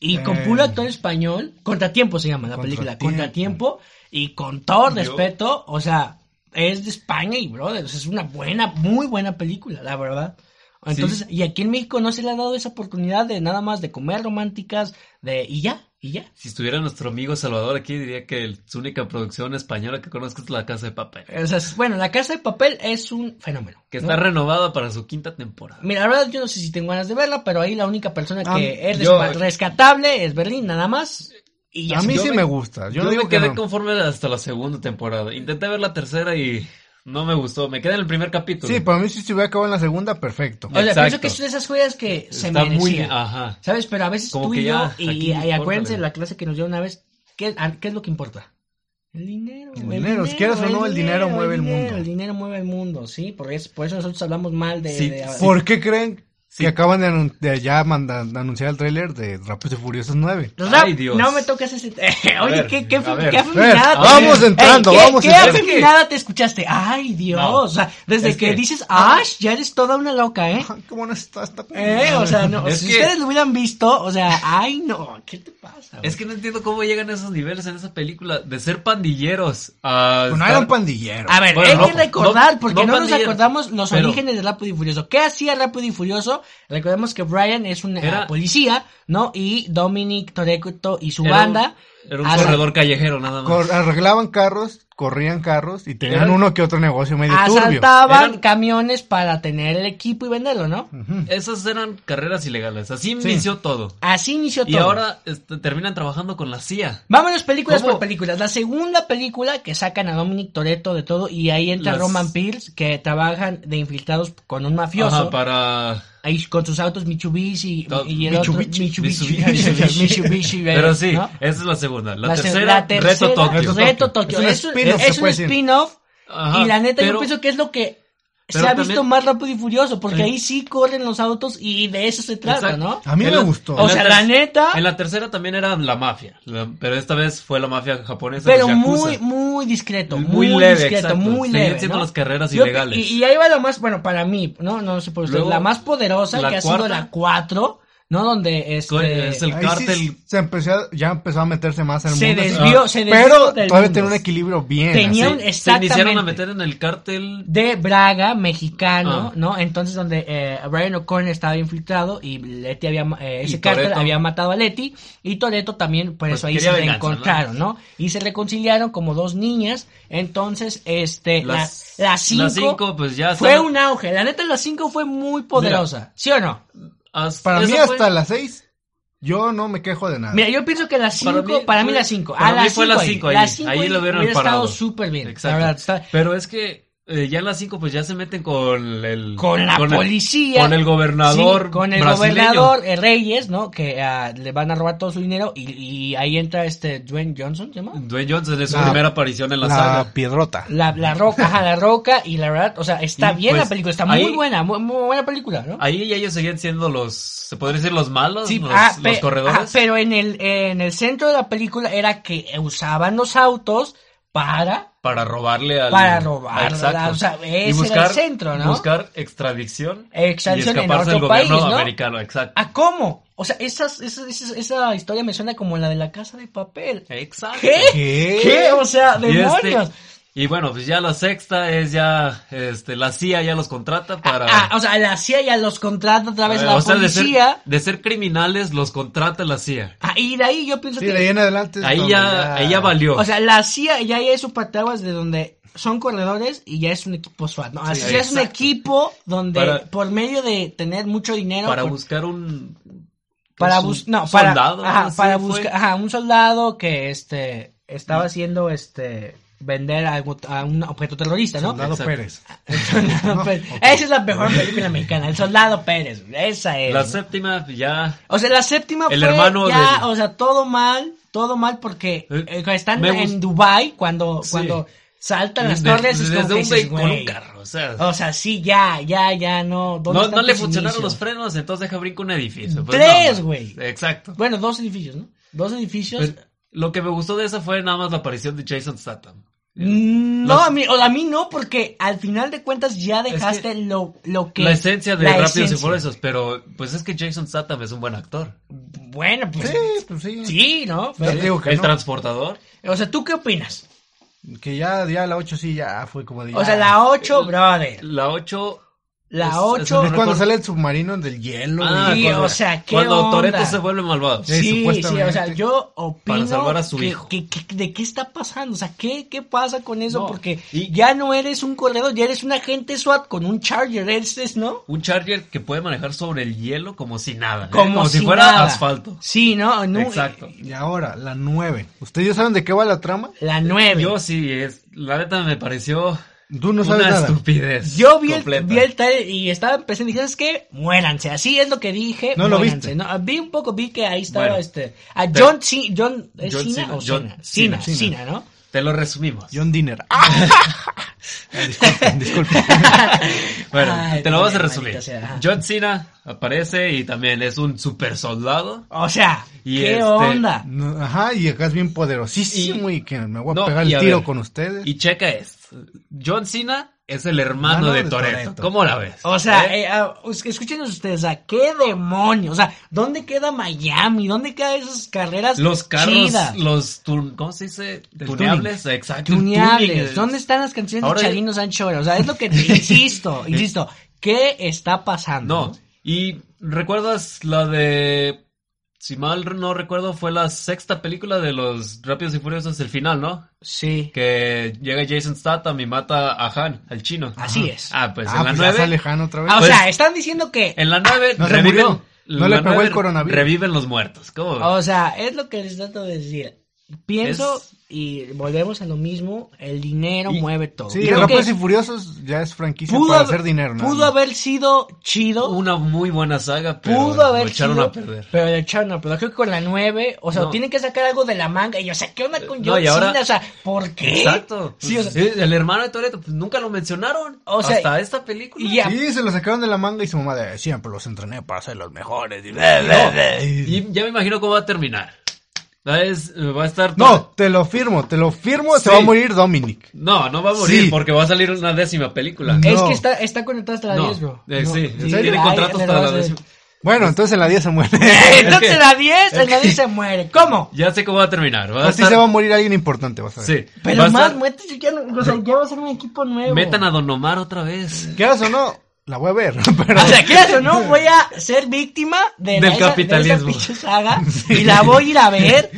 y con
Eh.
puro actor español, Contratiempo se llama la película,
Contratiempo.
Contratiempo y con todo
Yo-
respeto, o sea, es de España y brother, o sea, es una buena, muy buena película, la verdad. Entonces, y aquí en México no se le ha dado esa oportunidad de nada más de comer románticas, de y ya, y ya.
Si estuviera nuestro amigo Salvador aquí, diría que el- su única producción española que conozco es La Casa de Papel.
O sea, es- bueno, La Casa de Papel es un fenómeno.
Que
¿no?
está renovada para su quinta temporada.
Mira, la verdad yo no sé si tengo ganas de verla, pero ahí la única persona
Ah,
que es
yo-
respa- rescatable es Berlín, nada más. Y ya
A
se-
mí
yo-
sí me gusta, yo,
Yo,
no digo
me
que
quedé
no.
conforme hasta la segunda temporada. Intenté ver la tercera y no me gustó. Me quedé en el primer capítulo.
Sí, para mí sí se hubiera acabado en la segunda, perfecto.
O sea, pienso
Exacto.
que es de esas joyas que se
Está muy...
merecía.
Ajá.
¿Sabes? Pero a veces
Como
tú
que
y yo,
ya,
y,
aquí
y
córtale.
acuérdense de la clase que nos dio una vez, ¿qué, a- qué es lo que importa? El dinero.
El dinero, quieras o no, el dinero mueve el mundo.
El dinero mueve el mundo, sí, por eso, por eso nosotros hablamos mal de...
Sí,
de-
sí.
¿Por qué creen
Sí.
que acaban de, anun- de ya manda- de anunciar el tráiler de Rápidos y Furiosos 9?
Rap,
Ay, Dios.
No me toques ese. Oye,
ver,
qué, qué,
a
qué
ver.
afeminada.
A ver,
te-
vamos entrando,
¿qué-
vamos
qué
entrando.
afeminada te escuchaste. Ay, Dios.
No,
o sea, desde
es
que,
que-
dices Ash, ya eres toda una loca, ¿eh?
Ah, ¿Cómo no está esta
Eh, o sea, no,
Es
si
que-
ustedes lo hubieran visto, o sea, ay, no, ¿qué te pasa? güey?
Es que no entiendo cómo llegan a esos niveles en esa película. De ser pandilleros a...
Pues no
estar-
eran pandilleros.
A ver,
Bueno,
hay
no,
que recordar,
no-
porque
no
no, nos
pandillero,
acordamos los
pero-
orígenes de Rápido y Furioso. ¿Qué hacía Rápido y Furioso? Recordemos que Brian es un eh,
Era-
policía, ¿no? Y Dominic Toretto y su
Era un-
banda
Era un
Hasta-
corredor callejero nada más.
Cor- arreglaban carros, corrían carros y tenían
Eran-
uno que otro negocio medio turbio.
Asaltaban
Eran-
camiones para tener el equipo y venderlo, ¿no?
Ujú.
Esas eran carreras ilegales. Así
Sí.
inició todo.
Así inició todo.
Y ahora este, terminan trabajando con la CIA.
Vámonos películas
¿Cómo?
por películas. La segunda película que sacan a Dominic Toretto de todo y ahí entra
Las-
Roman Pierce que trabajan de infiltrados con un mafioso.
Ajá, para...
Ahí con sus autos Mitsubishi y,
Todo-
y el otro
Mitsubishi.
Mitsubishi.
Mitsubishi.
Mitsubishi,
Pero sí,
¿no?
esa es la segunda. La,
La se-
tercera,
la tercera,
Reto Tokio.
Reto Tokio.
Es
Es
un
un
spin-off,
es
se
un
puede decir.
spin-off
Ajá,
y la neta yo
pero-
pienso que es lo que se
pero
ha visto
también-
más rápido y furioso porque
Sí.
ahí sí corren los autos y de eso se trata,
Exacto.
¿no?
A mí
En
me
la-
gustó.
en
O sea, la
ter-
neta-
En la tercera también era la mafia. la- pero esta vez fue la mafia japonesa.
Pero
los yakuza.
muy, muy discreto, muy,
Muy leve,
discreto,
exacto.
muy
Seguían
leve.
siendo
¿no?
las carreras
Yo-
ilegales.
Y, y ahí va lo más, bueno, para mí, no, no sé por usted,
Luego,
la más poderosa
la
que ha sido
cuarta.
la 4, ¿no? Donde este,
Es el
Ahí sí
cártel.
se empezó a- ya empezó a meterse más en el
se
mundo.
desvió,
Ah,
se desvió.
pero
del
todavía
mundo.
tenía un equilibrio bien.
Tenía
así.
un-
Se iniciaron
exactamente.
a meter en el cártel.
de Braga, mexicano,
Ah.
¿no? Entonces donde eh, Brian O'Connor estaba infiltrado y Leti había ma- eh,
Y
ese cártel
Toretto.
había matado a Leti y Toreto también, por
Pues
eso ahí se
quería venganza,
reencontraron, ¿no? Y se reconciliaron como dos niñas. Entonces, este la-
Las-
la
las
5
cinco, pues, ya
fue
están-
un auge. La neta la 5 fue muy poderosa, ¿sí o no?
hasta-
Para mí
esa fue-
hasta las seis, yo no me quejo de nada.
Mira, yo pienso que la 5, para
Ah. mí
mí,
fue-
la 5,
para
a la
mí fue la
5
cinco
ahí,
ahí,
la 5
ahí lo hubieran
estado
parado.
súper bien. la
Exacto.
verdad, está-
Pero es que eh, ya en las 5 pues ya se meten con el...
con la
el-
policía.
con el gobernador
Sí, con el
brasileño.
gobernador eh, Reyes, ¿no? Que ah, le van a robar todo su dinero y, y ahí entra este Dwayne Johnson, ¿se llama?
Dwayne Johnson es su
La-
primera aparición en la, saga.
piedrota.
La, la roca, ajá, la roca y la verdad, o sea, está
Y,
bien la
pues,
película, está muy
ahí-
buena, muy, muy buena película, ¿no?
Ahí ya ellos seguían siendo los... ¿Se podría decir los malos?
Sí,
los,
ah,
los
pe-
corredores.
ah, pero en el en el centro de la película era que usaban los autos para
Para robarle al... Ah,
Para robar,
Exacto.
o sea, ese era el centro, ¿no?
Buscar extradicción.
Extradición
y
en
escaparse
otro
del gobierno
país, ¿no? Ah,
americano, exacto.
¿A cómo? O sea, esas, esas- esas- esa historia me suena como la de la casa de papel.
Exacto.
¿Qué?
¿Qué?
O sea,
Y, este-
demonios.
y bueno, pues ya la sexta es ya, este, la CIA ya los contrata para... eh,
Ah, o sea, la CIA ya los contrata a través de la
o sea, de ser,
policía.
de ser criminales los contrata la CIA.
Ah, y de ahí yo pienso
Sí,
que...
de ahí en adelante. es
Ahí
donde
ya, ahí ya valió.
O sea, la CIA ya es un pataguas de donde son corredores y ya es un equipo SWAT, ¿no? Así
Sí,
ya es un
exacto.
equipo donde
Para-
por medio de tener mucho dinero...
para
por-
buscar un...
pues,
pues,
para
un
bus- no, para,
soldado,
ajá,
así
para
fue.
buscar, ajá, un soldado que este estaba haciendo este vender algo a un objeto terrorista, ¿no?
Soldado
Exacto.
Pérez.
Soldado Pérez. Esa es la mejor película mexicana, El Soldado Pérez, güey, esa es.
La
¿no?
séptima ya...
O sea, la séptima
El
fue
hermano
ya,
del-
o sea, todo mal, todo mal porque
Eh,
eh, están
me
en
gust-
Dubai cuando
Sí.
cuando saltan las
de-
torres es
desde
como que
un
dices,
vehículo, con
"Güey".
un carro, o sea...
O sea, sí, ya, ya, ya, no. ¿dónde
no,
están
no le
tus
funcionaron
inicios?
los frenos, entonces deja brinco un edificio. pues,
Tres,
no,
güey. Pues,
exacto.
Bueno, dos edificios, ¿no? Dos edificios.
Pues, lo que me gustó de esa fue nada más la aparición de Jason Statham.
Mm, No,
Los-
a mí, o a mí no, porque al final de cuentas ya dejaste lo, lo que...
La esencia de
la
Rápidos y
esencia.
Furiosos, pero pues es que Jason Statham es un buen actor.
Bueno, pues
Sí,
sí,
pues sí.
¿no?
Yo
Pero-
digo que
el
no,
transportador.
o sea, ¿tú qué opinas?
Que ya, ya la 8 sí, ya fue como de.
O
ya.
sea, la 8, brother.
La 8. Es-
La
es
8...
Es cuando
recuerdo.
sale el submarino del hielo.
Ah,
güey.
sí,
cuando-
o sea, ¿qué
Cuando
onda?
Toreto se vuelve malvado.
Sí,
Sí, sí, o sea,
supuestamente.
yo opino
Para salvar a su
que-
hijo.
que- que- ¿De qué está pasando? O sea, ¿qué, qué pasa con eso?
No,
Porque
y-
ya no eres un corredor, ya eres un agente SWAT con un Charger, eres, ¿no?
Un Charger que puede manejar sobre el hielo como si nada. ¿eh?
Como,
si,
si
fuera
nada.
asfalto.
Sí, ¿no? No,
Exacto.
Y ahora, la 9. ¿Ustedes ya saben de qué va la trama?
La 9.
Yo sí, es, la neta me pareció
Tú no sabes
una
nada.
estupidez.
Yo vi el,
completa.
vi el trailer y estaba empezando y dije, ¿sabes qué? Muéranse, así es lo que dije.
No lo
muéranse,
viste.
¿no? Ah, Vi un poco, vi que ahí estaba
Bueno.
este... A
Te-
John, C- John, ¿es
John
Cena
Cena,
o
John
Cena?
Cena,
Cena, Cena, ¿no?
Te lo resumimos.
John Dinner. Eh, disculpen, disculpen.
Bueno,
Ay,
te lo vas a
maldita
resumir.
sea, ajá.
John Cena aparece y también es un super soldado.
O sea,
Y
¿qué
este-
onda?
No, ajá, y acá es bien poderosísimo y, que me voy a
No,
pegar
y
el
a
tiro
ver,
con ustedes.
Y checa esto. John Cena es el hermano
Hermano
de,
de
Toretto.
Toretto.
¿Cómo la ves?
O sea,
¿Eh?
eh, ah, es que escúchenos ustedes, ¿a qué demonios? O sea, ¿dónde queda Miami? ¿Dónde quedan esas carreras
los carros,
chidas?
los tun- ¿cómo se dice?
tuning.
Tuneables, exacto. el tuning,
Tuneables.
eh,
¿Dónde están las canciones
Ahora
de
ya-
Chalino Sancho? O sea, es lo que insisto, insisto. ¿Qué está pasando?
No. ¿Y recuerdas la de si mal no recuerdo, fue la sexta película de los Rápidos y Furiosos, el final, ¿no?
Sí.
Que llega Jason Statham y mata a Han, al chino.
Así es.
Ah, pues
ah,
en la
pues ya sale
9.
Han otra vez.
Ah, o
pues-
sea, están diciendo que.
En la 9
No se murió. No le pegó el coronavirus.
Reviven los muertos. ¿Cómo?
O sea, es lo que les trato de decir. Pienso
Es-
y volvemos a lo mismo: el dinero
Y-
mueve
Ah,
todo.
Sí,
Creo que
Rápidos y Furiosos ya es franquicia
pudo,
para
haber-
hacer dinero. nada
pudo
más.
haber sido chido.
una muy buena saga, pero
Pudo haber
lo echaron
sido,
a perder.
Pero lo echaron a perder. Creo que con la 9, o sea,
No.
tienen que sacar algo de la manga. Y, o sea, ¿qué onda con
No,
John
y ahora-
Cena? O sea, ¿por qué?
Exacto.
¿Eh? Sí, o sea-
Sí, el hermano de Toreto, pues nunca lo mencionaron.
O sea,
hasta esta película.
Y, a-
Sí, se lo sacaron de la manga y su mamá de siempre los entrené para ser los mejores. Y-
Y ya me imagino cómo va a terminar. Va es- va a estar.
No, te lo firmo, te lo firmo,
Sí.
se va a morir Dominic.
No, no va a morir
Sí.
porque va a salir una décima película.
Eh,
Es
No.
que está, está conectado hasta la
No,
10, bro.
eh,
No,
sí, tiene
ay,
contratos
de
hasta la
verdad,
décima. Pues
Bueno, entonces en la 10 se muere.
Entonces la 10, el nadie se muere. ¿Cómo?
Ya sé cómo va a terminar. Va a
Así
estar-
Pues se va a morir alguien importante, vas a ver.
Sí. Va a
Pero
estar-
más muertes, yo ya, no- o sea, ya va a ser un equipo nuevo.
Metan a Don Omar otra vez.
Quieras o no, la voy a ver. Pero
O sea, quieras o no, voy a ser víctima de
Del
la- esa-
capitalismo.
de esa pinche saga y la voy a ir a ver.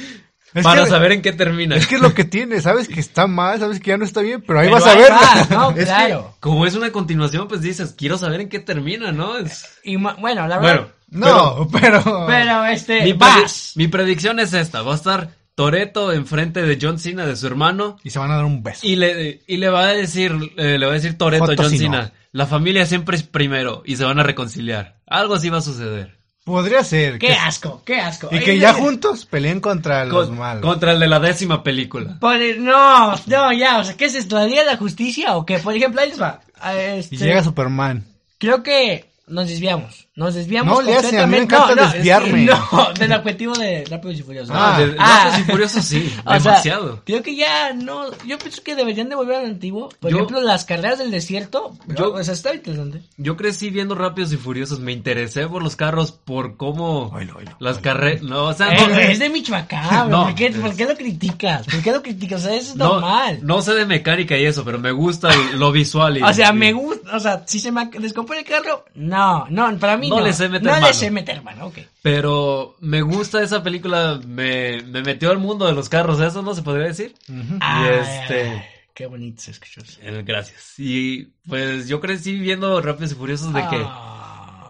es,
para
que,
saber en qué termina.
es que es lo que tiene, sabes que está mal, sabes que ya no está bien, pero ahí
Pero
vas a ver.
va, No,
Es que-
claro.
Como es una continuación, pues dices, quiero saber en qué termina, ¿no? Es-
Y ma- bueno, la verdad.
Bueno,
No, pero,
Pero este,
mi, predi-
vas.
mi predicción es esta. Va a estar Toreto enfrente de John Cena, de su hermano,
Y se van a dar un beso.
y le, y le va a decir, eh, le va a decir Toreto a
Foto
John
si no.
Cena. La familia siempre es primero y se van a reconciliar. Algo así va a suceder.
Podría ser.
Qué
que-
asco, qué asco.
y que
Ay,
ya
no,
juntos peleen contra los
Con-
malos.
contra el de la décima película.
por el- no, no, ya, o sea, ¿qué es esto? ¿La Liga de la Justicia o qué? Por ejemplo, ahí les va. Ah, Este,
Y llega Superman.
Creo que nos desviamos. Nos desviamos
No, le hace, a mí me
completamente.
encanta
no, no,
desviarme.
No, del objetivo de Rápidos y Furiosos.
Ah,
Ah.
de,
Ah.
Rápidos y Furiosos sí,
O sea,
demasiado.
creo que ya no. Yo pienso que deberían de volver al antiguo. Por
Yo-
ejemplo, las carreras del desierto.
Yo-
Yo, o sea, está interesante.
Yo crecí viendo Rápidos y Furiosos, me interesé por los carros, por cómo
Oilo, oilo,
las carreras... No, o sea,
Eh,
no,
es de Michoacán,
No.
¿por, qué, por qué lo criticas? ¿Por qué lo criticas? O sea, eso es
no-
normal.
no sé de mecánica y eso, pero me gusta el- lo visual. Y,
O sea, me
y-
gusta, o sea, si se me descompone el carro, no, no, para mí
No
no.
le sé meter
No
mano.
le sé meter mano, ok.
Pero me gusta esa película, me, me metió al mundo de los carros, eso no se podría decir.
Ujú.
Ay,
este-
Qué bonito se escuchó eso.
Eh, Gracias. Y pues yo crecí viendo Rápidos y Furiosos de que...
Ah.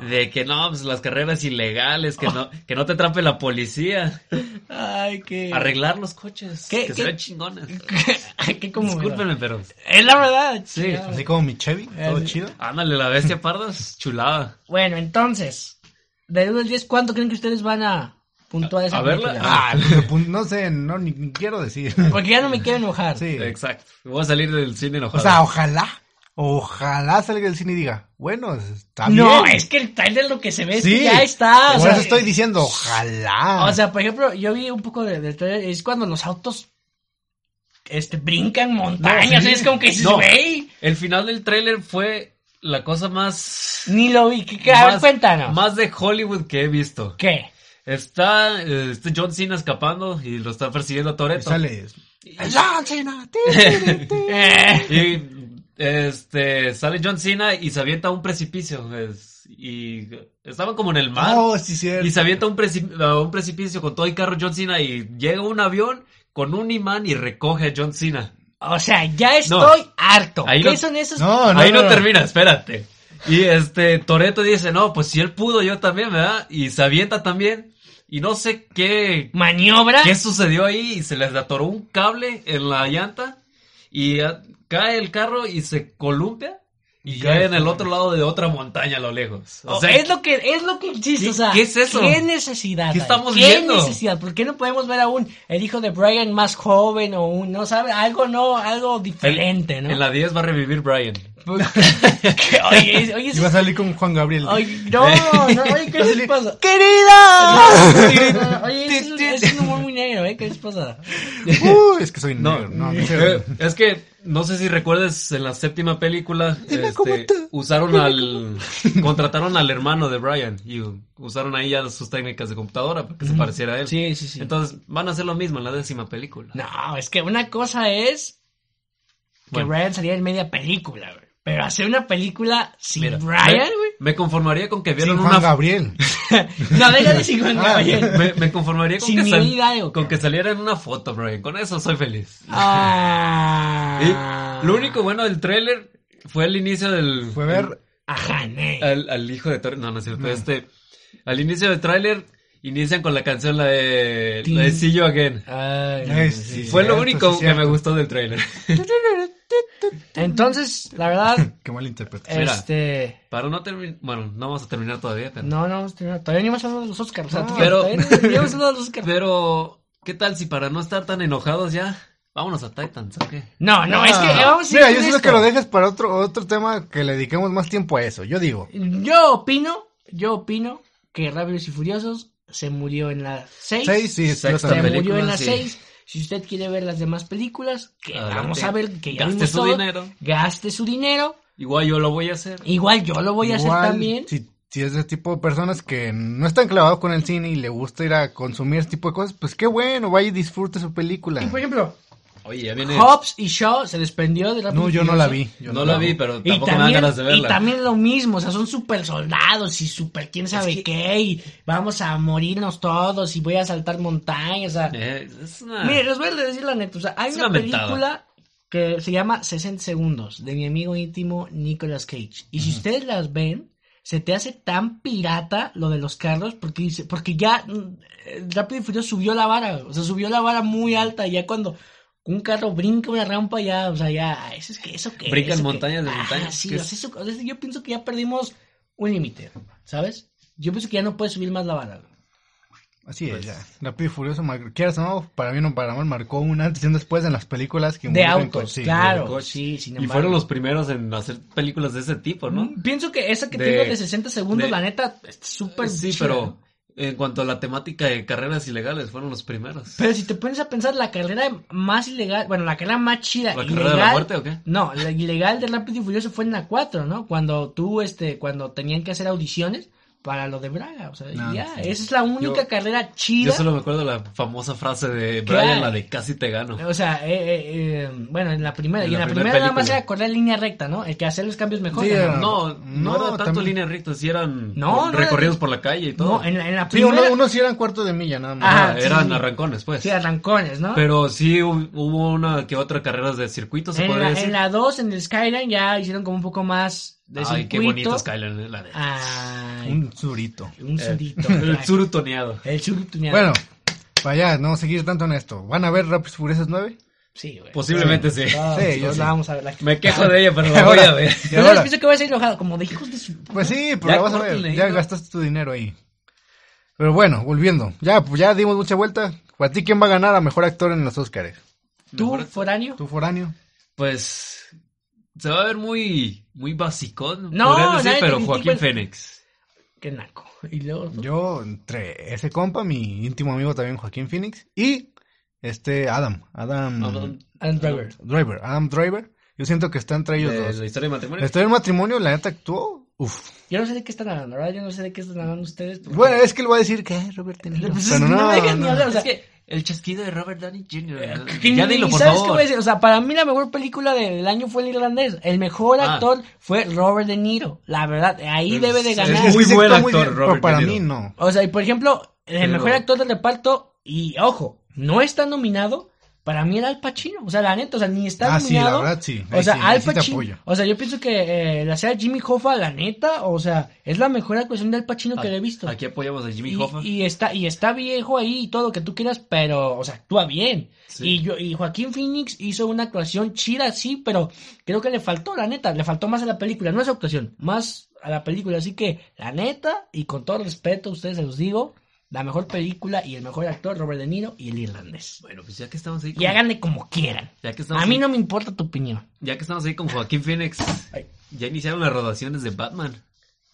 De que no, pues las carreras ilegales, que no, que no te atrape la policía.
Ay, qué...
Arreglar los coches.
¿Qué-
que
qué-
se vean chingones.
Ay, qué como...
Discúlpenme, pero.
Es la verdad.
Sí.
chingada.
Así como mi Chevy, todo
El-
chido.
Ándale, la bestia parda es chulada.
Bueno, entonces, del 1 al 10, ¿cuánto creen que ustedes van a puntuar esa
a verla?
película?
Ah, no, pues, no sé, no ni, ni quiero decir.
Porque ya no me quiero enojar.
Sí.
Exacto. Voy a salir del cine enojado.
O sea, ojalá, ojalá salga del cine y diga, bueno, está bien.
No, es que el trailer lo que se ve es
Sí.
que ya está.
Por
O sea,
eso estoy diciendo, ojalá.
O sea, por ejemplo, yo vi un poco de, del trailer, es cuando los autos este, brincan montañas,
No,
o sea,
sí.
es como que dices,
No.
güey,
el final del tráiler fue la cosa más.
ni lo vi, que, que- a ver,
más-
cuéntanos.
Más de Hollywood que he visto.
¿Qué?
Está eh, este John Cena escapando y lo está persiguiendo a
Y
Toretto.
sale.
Eh,
Y este sale John Cena y se avienta a un precipicio. es- y estaban como en el mar.
Oh, sí, cierto.
Y se avienta a un, preci- a un precipicio con todo el carro John Cena y llega un avión con un imán y recoge a John Cena.
o sea, ya estoy harto.
Ahí
¿Qué
no-
son esos?
No, no,
Ahí no,
no.
termina, espérate. Y este Toreto dice, no, pues si él pudo, yo también, ¿verdad? Y se avienta también. Y no sé qué,
Maniobra.
qué sucedió ahí. Y se les atoró un cable en la llanta. Y ah, cae el carro y se columpia. Y,
Y
cae
ya.
en el otro lado de otra montaña a lo lejos. O
O
sea,
Oh, es lo que es lo que insisto,
¿Qué-
o sea,
qué es eso?
¿Qué necesidad?
¿Qué
hay?
estamos
¿Qué
viendo?
necesidad? ¿Por qué no podemos ver aún el hijo de Brian más joven o un no sabe algo no algo
en-
diferente, ¿no?
En la 10 va a revivir Brian.
Que, oye, oye,
Y va a salir con Juan Gabriel.
oye, no,
Eh.
no, oye, ¿qué les pasa?
¡Querida!
Oye, es, un- es un humor muy negro, ¿eh? ¿Qué les pasa?
Uy, es que soy
No,
negro. No, no,
Eh,
sé.
es que no sé si recuerdes en la séptima película este,
cómo está.
usaron al contrataron al hermano de Brian y u- usaron ahí ya sus técnicas de computadora para que se pareciera a él.
Sí, sí, sí.
Entonces van a hacer lo mismo en la décima película.
No, es que una cosa es que
Bueno.
Brian salía en media película, güey. Pero hacer una película sin
Mira,
Brian,
me-
güey.
Me conformaría con que
Sin
vieron
Juan
una
Gabriel.
Navega de
Ah,
50, oye.
Me, me conformaría con,
Sin
que
ni
sal-
vida, yo
con que saliera en una foto, Brian. Con eso soy feliz.
Ah.
Y lo único bueno del tráiler fue el inicio del...
Fue ver
Ajá, ne.
Al, al hijo de Torres. No, no es cierto. Este, al inicio del tráiler inician con la canción la de, la de
Tin.
See You Again. Eh,
Ay,
Ay, sí.
sí.
Fue lo
cierto,
único
sí,
que me
cierto.
gustó del tráiler.
Entonces, la verdad,
Qué mal interpretación.
Mira.
este.
Para no terminar... Bueno, no vamos a terminar todavía, pero...
No, no, todavía ni más hablando de los Oscars. o sea,
No,
tú-
pero-
todavía ni- ni hemos hablado de los Oscars.
Pero, ¿qué tal si para no estar tan enojados ya, vámonos a Titans, ¿o qué?
No, no, es que eh, vamos a ir
Mira,
con
yo siento
esto.
que lo dejes para otro, otro tema que le dediquemos más tiempo a eso. Yo digo,
Yo opino, yo opino que Rápidos y Furiosos se murió en la 6.
seis, sí,
Sexta
yo
se
también.
murió
película,
en la
sí.
6. Si usted quiere ver las demás películas, que
Adelante.
vamos a ver, que ya
Gaste
vimos
su
todo,
dinero.
Gaste su dinero.
Igual yo lo voy a hacer.
Igual yo lo voy a
Igual,
hacer también.
Si, si es de tipo de personas que no están clavados con el cine y le gusta ir a consumir este tipo de cosas, pues qué bueno, vaya y disfrute su película.
Y por ejemplo,
Oye, ya viene...
Hobbs y Shaw se desprendió de Rápidos
No,
y
yo no la
Furiosos.
vi. yo
No la vi, pero tampoco me dan ganas de verla.
y también lo mismo, o sea, son super soldados y super quién sabe qué, y vamos a morirnos todos y voy a saltar montañas. O sea,
Eh, es una...
Mire, les voy a decir la neta, o sea, hay
Es
una
una mentada.
película que se llama 60 segundos de mi amigo íntimo Nicolas Cage. Y si ustedes las ven, se te hace tan pirata lo de los carros porque dice, porque ya mm, eh, Rápido y Furioso subió la vara, o sea, subió la vara muy alta, ya cuando un carro brinca una rampa ya, o sea, ya eso es que eso que
Brincan
eso que-
montañas de
Ajá,
montañas,
sí,
que
o sea,
es-
eso- o sea, yo pienso que ya perdimos un límite, ¿sabes? Yo pienso que ya no puedes subir más la vara.
Así es, ya.
pues.
Rápido y Furioso, mar- quieras o no, para bien o para mal, marcó un antes y un después en las películas que
De
involucran
autos,
coches.
claro,
coches.
sí, sin
Y
embargo.
fueron los primeros en hacer películas de ese tipo, ¿no?
Mm, Pienso que esa que
De-
tiene de 60 segundos,
de-
la neta, es súper
sí,
chida.
pero en cuanto a la temática de carreras ilegales, fueron los primeros.
Pero si te pones a pensar, la carrera más ilegal, bueno, la carrera más chida,
¿La
ilegal...
carrera de la muerte o qué?
No, la ilegal de Rápido y Furioso fue en la 4, ¿no? Cuando tú, este, cuando tenían que hacer audiciones para lo de Braga, o sea,
No,
y ya,
sí.
esa es la única
Ah, Yo- Yo
carrera chida.
solo me acuerdo la famosa frase de
Claro.
Brian, la de casi te gano.
O sea, eh, eh, eh, bueno, en la primera,
En
y en
la
la primera,
primera
nada más
película.
era correr línea recta, ¿no? El que hacer los cambios mejor.
Sí,
¿no?
era-
No, no,
No,
era tanto
también-
líneas rectas, sí eran
No, no era-
recorridos por la calle y todo.
No, en la, en la
Sí, uno,
primera.
uno sí eran cuarto de milla, nada más.
Ah,
Ah,
sí,
eran
sí.
arrancones, pues.
Sí, arrancones, ¿no?
Pero sí hu- hubo una que otra carreras de circuitos, se
En
podría
la,
decir.
en la 2, en el Skyline, ya hicieron como un poco más de Ah,
Ay,
circuito.
qué bonito Skyline, eh, la de.
Ay,
Un surito.
un
Eh,
surito.
el surutoneado.
El surito. mira.
Bueno, para allá, no seguir tanto en esto. ¿Van a ver Rápidos y Furiosos 9?
Sí, güey.
Posiblemente sí.
Todos-
Sí, yo
todos
sí.
la vamos a ver. La...
Me quejo de ella, pero la voy a ver.
Y
Yo
ahora,
pienso que voy a ser enojado, como de hijos de su...
Pues sí, pero
Ya
la vas a ver.
córtale,
Ya
¿no?
gastaste tu dinero ahí. Pero bueno, volviendo. Ya, pues ya dimos mucha vuelta. ¿Para ti quién va a ganar a mejor actor en los Oscars?
¿Tú,
Mejor-
foráneo?
¿Tu foráneo?
Pues se va a ver muy muy basicón,
No,
podrías decir,
nadie te
pero
critica
Joaquín
el-
Fénix.
Qué naco. Y luego...
Yo, entre ese compa, mi íntimo amigo también Joaquín Phoenix, y este Adam, Adam,
Adam-
Adam Driver.
Driver, Adam Driver, yo siento que está entre ellos
de
dos.
la historia de matrimonio.
Estoy en matrimonio, la neta actuó, uff.
Yo no sé de qué están hablando, ¿verdad? Yo no sé de qué están hablando ustedes. porque-
Bueno, es que él va a decir que "Ay, Robert De Niro",
Pues,
pero
no, me dejan ni
no.
hablar, o sea...
Es
Eh,
que el chasquido de Robert Downey Jr. ¿no?
que
Ya
ni-
dilo,
ni
por
¿Sabes qué voy a
favor.
decir? O sea, para mí la mejor película del año fue El Irlandés. El mejor
Ah.
actor fue Robert De Niro. La verdad, ahí
Pues,
debe de
es
ganar.
Es
Muy
que sí
buen
está muy
actor,
bien,
Robert
pero para
De Niro.
mí no.
O sea, y por ejemplo, el
Pero-
mejor actor del reparto, y ojo, no está nominado, para mí era Al Pacino. O sea, la neta, o sea, ni está
Ah, sí,
nominado.
la verdad, sí.
O
Ahí
sea,
sí, ahí
Al
sí te
Pacino.
apoyo.
o sea, yo pienso que eh, la sea Jimmy Hoffa, la neta, o sea, es la mejor actuación de Al Pacino
Ah,
que le he visto.
Aquí apoyamos a Jimmy
Y,
Hoffa.
y está y está viejo ahí y todo lo que tú quieras, pero, o sea, actúa bien.
Sí.
Y yo y Joaquín Phoenix hizo una actuación chida, sí, pero creo que le faltó, la neta, le faltó más a la película, no es actuación, más a la película. Así que, la neta, y con todo respeto, a ustedes se los digo, la mejor película y el mejor actor, Robert De Niro y el irlandés.
Bueno, pues ya que estamos ahí
Y háganle como quieran.
ya que estamos
A mí
ahí-
no me importa tu opinión.
ya que estamos ahí con Joaquín Phoenix,
Ay.
ya iniciaron las rodaciones de Batman.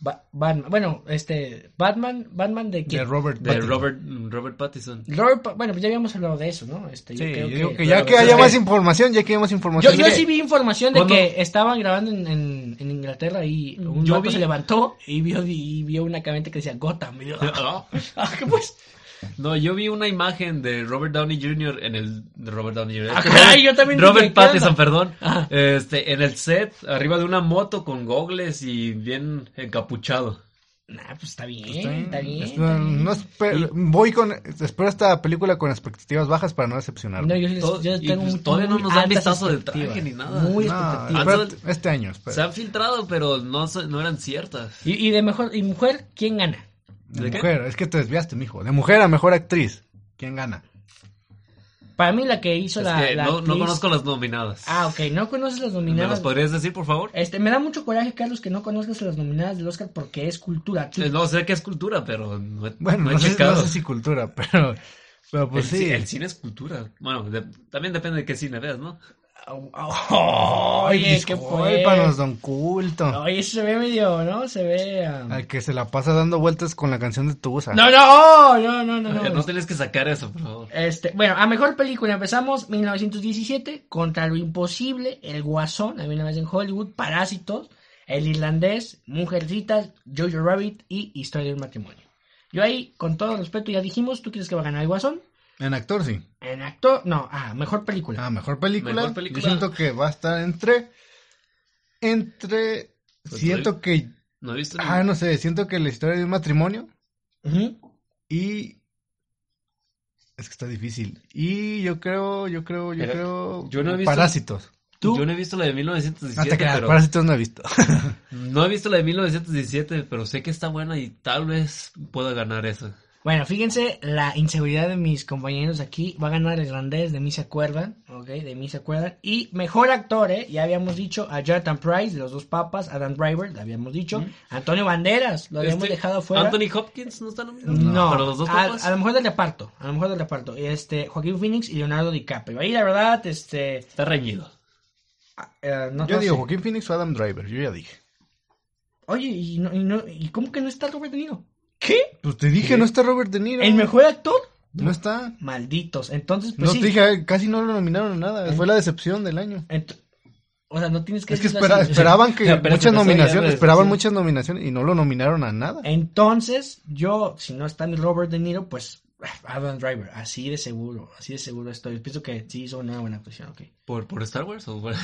Ba- Batman, bueno, este, Batman, Batman de quién?
De Robert
De
Pattinson.
Robert, Robert Pattinson.
Robert Pa- bueno, pues ya habíamos hablado de eso, ¿no? Este,
Sí, yo
creo
digo que
Pero,
ya que
pues,
haya
es
más
que-
información, ya que haya más
Yo,
información.
yo
Mire,
sí vi información de
cuando-
que estaban grabando en, en- en Inglaterra y un
Yo
vato
vi-
se levantó y vio, y vio una camioneta que decía Gotham. Y yo,
Ah.
ah, ¿qué pues?
No, yo vi una imagen de Robert Downey Jr. en el de Robert Downey Jr.
Ah,
Este,
caray,
Robert-
yo también dije,
Robert
¿qué
Pattinson,
onda?
perdón.
Ajá.
Este, en el set, arriba de una moto con gogles y bien encapuchado.
Nah, pues está bien,
Está bien.
está bien.
Es-
está
no,
bien.
no espe- voy con. Espero esta película con expectativas bajas para no decepcionarme.
No, yo, sí-
Todo-
yo
y
tengo
pues
muy-
todavía
muy
no nos dan
altas
vistazo de
expectativas,
traje ni nada.
Muy
No,
expectativas.
espérate, este año, espérate.
Se han filtrado, pero no, so- no eran ciertas.
Y, y de mejor y mujer, ¿quién gana?
De,
¿De qué?
mujer, es que te desviaste, mijo. De mujer a mejor actriz. ¿Quién gana?
Para mí la que hizo
Es
la,
que
la
no, no
actriz-
conozco las nominadas.
Ah, ok, no conoces las
¿Me
nominadas.
las podrías decir, por favor?
Este, me da mucho coraje, Carlos, que no conozcas las nominadas del Oscar porque es cultura. Tú-
Eh, No sé qué es cultura, pero no he,
Bueno,
no he
no sé,
checado.
no sé si cultura, pero. Pero pues
el, ci-
sí.
el cine es cultura. Bueno, de- también depende de qué cine veas, ¿no?
Au, au, Oye, qué fue.
Discúlpanos, don Culto.
Oye, eso se ve medio, ¿no? Se ve. ah,
Al que se la pasa dando vueltas con la canción de Tusa.
No, no, oh, no, no, no, no.
Eh, No, tienes que sacar eso, por favor.
Este, bueno, a mejor película empezamos 1917, Contra lo imposible, El Guasón, había una vez en Hollywood, Parásitos, El Irlandés, Mujercitas, Jojo Rabbit y Historia del Matrimonio. Yo ahí, con todo respeto, ya dijimos, ¿tú crees que va a ganar El Guasón?
En actor, sí.
En actor, no, ah, mejor película.
Ah, mejor película.
Mejor película.
Yo siento que va a estar entre. Entre.
Pues,
siento que.
No he visto ni-
Ah, no sé. Siento que la historia de un matrimonio.
Ujú.
Y. Es que está difícil. Y yo creo, yo creo, yo
Pero,
creo.
yo no he visto-
Parásitos.
¿Tú?
Yo no he visto la de
No
1917,
te creas,
pero...
Parásitos no he visto.
No he visto la de 1917, pero sé que está buena y tal vez pueda ganar esa.
Bueno, fíjense la inseguridad de mis compañeros aquí. Va a ganar el irlandés, de mí se acuerdan, ¿ok? De mí se acuerdan. Y mejor actor, ¿eh? Ya habíamos dicho a Jonathan Price, de los dos papas, Adam Driver, lo habíamos dicho. Antonio Banderas, lo habíamos
Este,
dejado fuera. Ah,
Anthony Hopkins no está nominado.
No,
Para los dos
a,
papas.
a lo mejor del reparto, a lo mejor del reparto. Este, Joaquín Phoenix y Leonardo DiCaprio. Ahí la verdad, este,
Está reñido.
ah, eh, no,
Yo
no
digo,
sé.
Joaquín Phoenix o Adam Driver, yo ya dije.
Oye, y, no, y, no- ¿y cómo que no está Robert De Niro? ¿Qué?
Pues te dije, no está Robert De Niro.
¿El mejor actor?
No está.
Malditos. Entonces, pues
No
sí.
te dije, casi no lo nominaron a nada. Fue la decepción del año.
Ent- o sea, no tienes que
Es que
decirlo
espera-
así.
esperaban que
Ya, espérate,
muchas
me estoy guiando
nominaciones,
de
esperaban
decepción.
muchas nominaciones y no lo nominaron a nada.
Entonces, yo, si no está mi Robert De Niro, pues Adam Driver, así de seguro, así de seguro estoy. Pienso que sí hizo una buena actuación, ok.
¿Por, por Star Wars o por-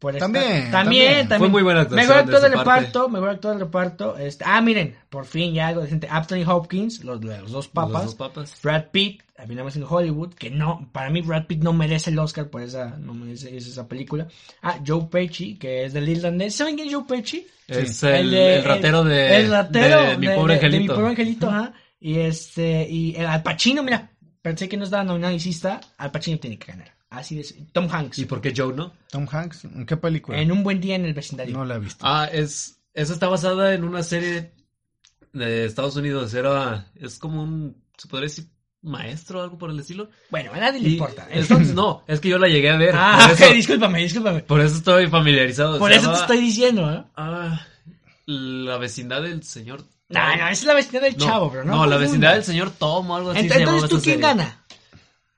Por esta-
También,
también,
también.
también,
Fue muy buena actuación
Mejor
de
actor del
su parte.
reparto, mejor actor del reparto. este- ah, miren, por fin ya algo decente. Anthony Hopkins, los, los dos
los
papas.
dos papas?
Brad Pitt, también nada más en Hollywood, que no, para mí Brad Pitt no merece el Oscar por esa, no merece es esa película. Ah, Joe Pesci, que es del irlandés. ¿Saben quién es Joe Pesci?
Es el,
de-
el ratero de,
el ratero
de mi pobre
de- de
angelito.
mi pobre angelito, ajá. Y este, y el Al Pacino, mira, pensé que no estaba nominado y sí está. Al Pacino tiene que ganar. Así es. Tom Hanks.
¿Y por qué Joe no?
Tom Hanks, ¿en qué película?
En un buen día en el vecindario.
No la he visto.
Ah, es. Esa está basada en una serie de Estados Unidos. Era. Es como un. Se podría decir maestro o algo por el estilo.
Bueno, a nadie le
Y-
importa.
Entonces, no, es que yo la llegué a ver.
ah,
por,
ok,
eso,
discúlpame, discúlpame.
por eso estoy familiarizado.
Por
Se
eso te
llama-
estoy diciendo, ¿eh? ¿no?
Ah, la vecindad del señor.
No, no, esa es la vecindad del chavo, bro. No,
la
confunda.
vecindad del señor Tom o algo así.
Ent-
se llamaba
Entonces, ¿tú
esa
quién
serie.
gana?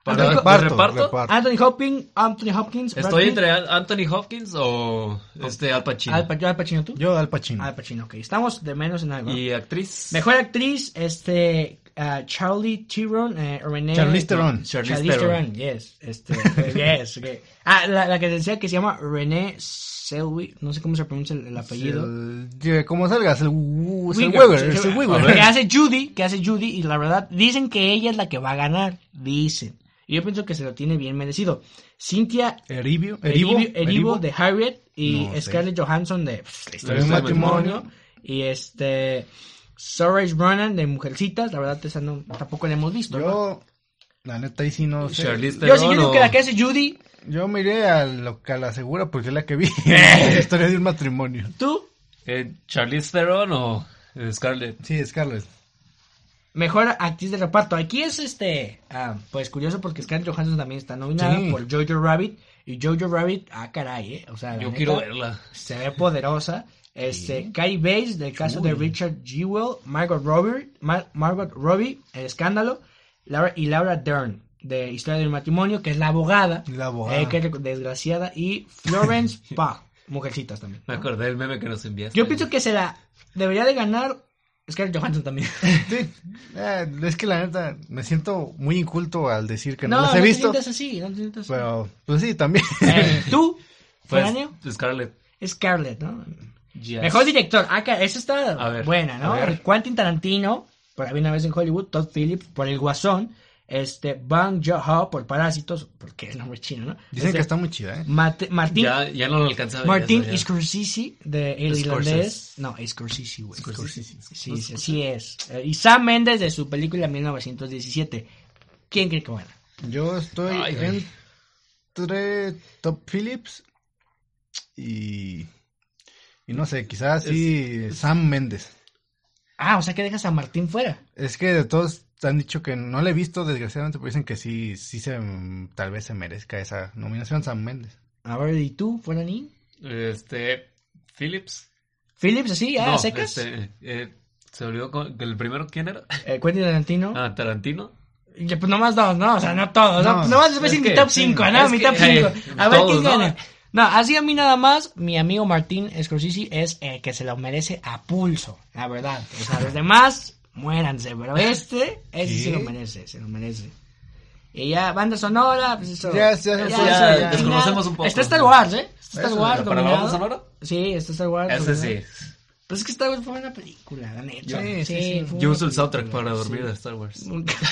Para
Anthony
el
Hopkins.
reparto.
Reparto.
Anthony Hopkins, Anthony Hopkins. Brad
Estoy
Pitt,
entre An- Anthony Hopkins o este Al Pacino.
Al, Pac- Al Pacino, ¿tú?
Yo Al Pacino.
Al Pacino, ok. Estamos de menos en algo.
y actriz.
Mejor actriz, este, ah, Charlie Theron, eh, Renee...
Charlize Theron.
Charlize,
Charlize
Theron. yes. Este, yes, ok. Ah, la, la que decía que se llama Renee Selwy, no sé cómo se pronuncia el, el apellido.
El- ¿Cómo salgas? El, Wu- es el
Wigger,
Weber,
sí,
es
sí,
el Weber.
Que hace Judy, que hace Judy, y la verdad, dicen que ella es la que va a ganar, dicen. Y yo pienso que se lo tiene bien merecido. Cynthia
Eribio,
Erivo,
Erivo, Erivo.
de Harriet y
No sé.
Scarlett Johansson de pff,
Historia
La historia del
del
matrimonio.
matrimonio.
Y este. Sorage Ronan de Mujercitas, la verdad, esa no, tampoco la hemos visto. ¿no?
Yo, la neta, ahí sí no sé.
Charlize
Yo sí, yo
Theron
digo
o-
que la que hace Judy,
Yo me iré a, lo, que a la segura porque es la que vi. la historia de un matrimonio.
tú,
Eh, Charlize Theron o eh, Scarlett.
Sí, Scarlett.
mejor actriz de reparto. Aquí es este. ah, pues curioso porque Scarlett Johansson también está nominada
Sí.
por Jojo Rabbit. Y Jojo Rabbit, ah, caray, ¿eh? O sea, la
Yo
neta,
quiero verla.
Se ve poderosa. Este, Kai Bates, del caso de Richard Jewell, Margot Robbie, Mar- Margot Robbie, El Escándalo, Laura, y Laura Dern, de Historia del Matrimonio, que es la abogada.
La abogada.
eh, que es desgraciada. Y Florence Pugh, Mujercitas también.
Me acordé del meme que nos enviaste.
Yo pienso que se la debería de ganar Scarlett Johansson también.
Sí. Eh, es que la neta, me siento muy inculto al decir que no,
no
las he
te
visto.
sientas así, no te sientas así.
Pero, pues sí, también.
Eh, ¿Tú,
Pues,
Franio?
Scarlett.
Scarlett, ¿no?
Yes.
Mejor director. Acá, esa está
A ver,
buena, ¿no?
a ver.
Quentin Tarantino, por Había una vez en Hollywood, Todd Phillips, por El Guasón, este, Bang Joon-ho, por Parásitos, porque es nombre chino, ¿no?
Dicen
Este,
que está muy chida, ¿eh?
Mate- Martín,
Ya, ya no lo alcanzaba.
Martín
ya, eso, ya.
Scorsese, de El
Scorsese.
Irlandés. No, Scorsese, güey.
Scorsese.
Sí, sí, así es. Eh, Y Sam Mendes de su película 1917. ¿Quién cree que gana?
Yo estoy
Ay, güey.
entre Top Phillips y. Y no sé, quizás sí Sam Méndez.
Ah, o sea que dejas a Martín fuera.
Es que de todos han dicho que no le he visto, desgraciadamente, pero dicen que sí, sí se, tal vez se merezca esa nominación Sam Méndez.
A ver, ¿y tú, Fonanín?
Este. Phillips.
Phillips, así, ah,
No,
secas.
este, eh, se olvidó con- el primero quién era.
Eh, Quentin Tarantino.
Ah, Tarantino.
Y pues nomás dos, ¿no? O sea, no todos. No, Pues,
No,
nomás les voy a decir
es
mi
que-
top 5, ¿no?
es
Mi
que,
top 5.
eh,
a ver
todos,
quién
¿no?
gana. No, así a mí nada más, mi amigo Martín Scorsese es el que se lo merece a pulso, la verdad. O sea, los demás, muéranse, pero este, ese sí
¿Qué?
lo merece, se lo merece. Y ya, banda sonora, pues eso.
Ya, ya, ya,
ya,
eso,
ya. desconocemos un poco.
Está Star Wars, ¿eh? Está Star
Eso,
Wars.
¿Para la banda
dominado.
sonora?
Sí, está Star Wars.
Ese
dominado.
sí.
Pues es que Star Wars fue una película, la neta.
Sí, sí, sí.
fue
Yo
una
uso el soundtrack para
película,
dormir
sí.
de Star Wars.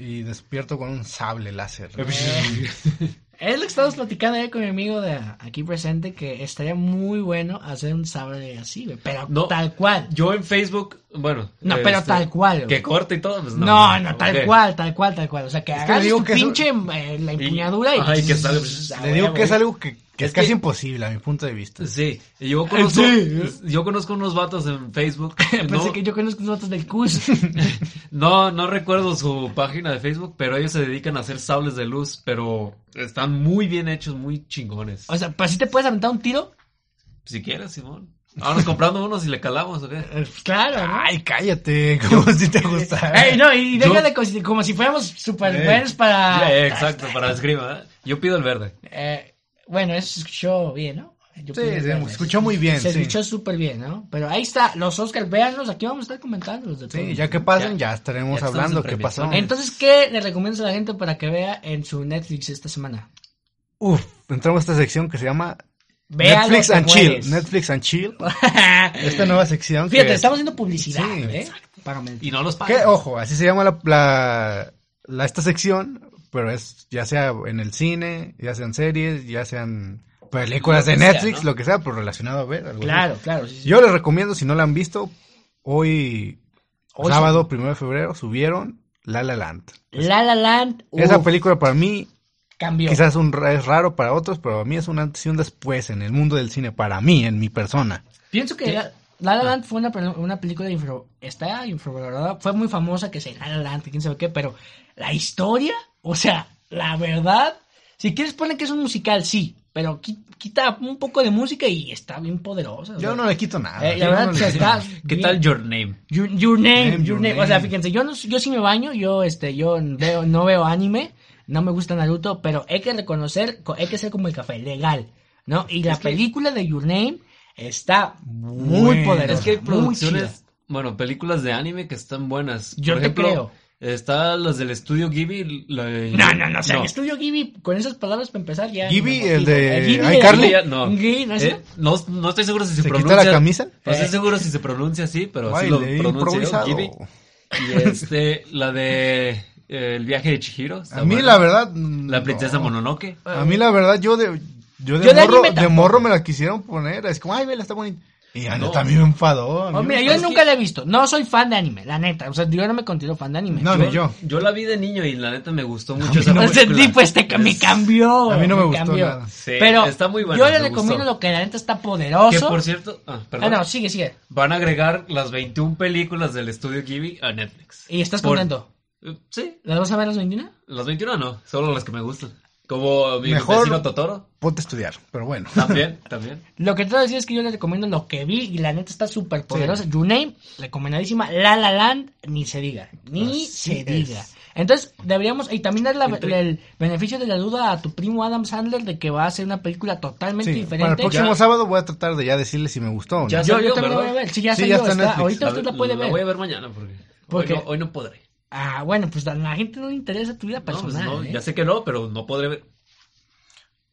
Y despierto con un sable láser.
Es lo que estábamos platicando ayer con mi amigo de aquí presente que estaría muy bueno hacer un sábado así, güey. Pero
No.
tal cual.
Yo en Facebook, bueno. este,
No, pero tal cual, güey.
Que corte y todo, pues no.
No, no, tal
ok.
cual, tal cual, tal cual. O sea, que
que
hagas
le digo
tu
que eso-
pinche eh, la empuñadura y.
Ajá, y que salga-
Ah,
Le digo
güey,
que es
güey.
algo que, que es
que-
casi imposible a mi punto de vista.
Sí, y yo conozco,
sí.
yo conozco unos vatos en Facebook.
Pensé
no,
que yo conozco los datos del CUS.
no, no recuerdo su página de Facebook, pero ellos se dedican a hacer sables de luz, pero están muy bien hechos, muy chingones.
o sea, pues si te puedes aventar un tiro.
Si quieres, Simón. Vámonos comprando unos y le calamos, ¿ok?
eh, pues, Claro. ¿no?
Ay, cállate, como si te gustara.
Ey, no, y
yo-
déjale como si- como si fuéramos super
Eh,
buenos para.
Ya, exacto, para esgrima. ¿eh? Yo pido el verde.
Eh, bueno, eso se escuchó bien, ¿no? Yo
Sí,
pienso
se
que
me escuchó muy bien,
Se
sí.
escuchó súper bien, ¿no? Pero ahí está, los Oscars, véanlos, aquí vamos a estar comentando los de
Sí,
todos.
ya que pasen, ya, estaremos
Ya estamos
hablando
en
qué
premios,
pasó.
¿no?
Entonces, ¿qué le recomiendas a la gente para que vea en su Netflix esta semana?
Uf, entramos a esta sección que se llama
Vea
Netflix
lo que
and Chill.
puedes.
Netflix and Chill. Esta nueva sección.
Fíjate,
que,
estamos haciendo publicidad,
Sí,
¿eh? Para
Y no los
que,
pago.
ojo, así se llama la, la, la- esta sección, pero es ya sea en el cine, ya sean series, ya sean películas
Lo
de
que sea,
Netflix,
¿no?
lo que sea, pero relacionado a ver. algo así.
Claro, claro. sí, sí.
Yo les recomiendo, si no la han visto, hoy,
Hoy
sábado, primero de febrero, subieron La La Land.
La La Land uf,
Esa película para mí
cambió.
Quizás un, ra- es raro para otros, pero a mí es un antes y un después en el mundo del cine, para mí, en mi persona.
Pienso que La, La La Land fue una, pel- una película infra, está infravalorada, fue muy famosa que se La La Land, que quién sabe qué, pero la historia, o sea, la verdad, si quieres poner que es un musical, sí, pero qui- quita un poco de música y está bien poderosa. o
Yo
sea.
no le quito nada.
Eh, la
yo
verdad,
no le
o sea,
quito nada.
está
¿Qué
bien.
tal Your Name?
Your, your name,
Name,
your
your
name. O sea,
name.
fíjense, yo no, yo sí me baño, yo este, yo veo, no veo anime, no me gusta Naruto, pero hay que reconocer, co- hay que ser como el café, legal, ¿no? Y la película de Your Name está muy
Bueno.
poderosa.
Es que hay
muy
producciones, bueno, películas de anime que están buenas.
Yo
Por
te
ejemplo,
creo.
Está las del estudio Ghibli. la-
chida. No, no, no, o sea, el estudio Gibi, con esas palabras para empezar ya.
Ghibli,
me motivo.
el de
Ghibli
iCarly.
Ghibli, ya- no.
Ghibli, ¿no es
Eh,
eso?
no, no estoy seguro si se,
¿Se quita
pronuncia.
la camisa?
No estoy
Eh.
seguro si se pronuncia así, pero
Ay,
sí lo
le he
pronuncia
improvisado.
Ghibli. Y este, la de eh, El viaje de Chihiro. está
A mí,
buena.
la verdad.
La princesa
no.
Mononoke.
A mí, la verdad, yo de, yo de,
Yo de
morro,
anime
de
tampoco.
morro me la quisieron poner. Es como, ay, vela, está bonita. Y a
No.
neta, a mí me enfadó. a mí
Oh,
me
mira, yo
Es que-
nunca la he visto. No soy fan de anime, la neta. O sea, yo no me considero fan de anime.
No, ni yo.
Yo la vi de niño y la neta me gustó mucho esa
No, ese
película.
tipo este que me
Es-
cambió.
A mí no me
me
gustó
cambió.
nada.
Sí,
Pero
está muy buena,
yo le
me
recomiendo
gustó.
lo que la neta está poderoso.
Que por cierto. Ah,
Ah,
perdón.
no, sigue, sigue.
Van a agregar las 21 películas del estudio Ghibli a Netflix.
¿Y estás
Por-
contento?
Eh, Sí,
¿Las vas a ver las 21?
las 21 no, solo las que me gustan. Como mi
Mejor-
vecino Totoro,
Ponte a estudiar, pero bueno.
también, también.
Lo que te voy a decir es que yo le recomiendo lo que vi y la neta está súper poderosa. You Name, recomendadísima. La La Land, ni se diga. Ni
Así
se
es.
diga. Entonces, deberíamos, y también dar la-
Entre-
el beneficio de la duda a tu primo Adam Sandler de que va a hacer una película totalmente
Sí, para el
diferente.
próximo
Ya.
sábado voy a tratar de ya decirle si me gustó o no.
Ya.
yo, yo
salió,
también la voy a
¿verdad?
ver. Sí, ya
Sí, ya
salió.
está en
está-
Netflix.
ahorita
La-
usted la puede ver.
voy a ver mañana porque,
Porque-
Hoy, no, hoy no podré.
Ah, bueno, pues a la gente no le interesa tu vida
No, pues
personal.
no,
¿eh?
Ya sé que no, pero no podré ver.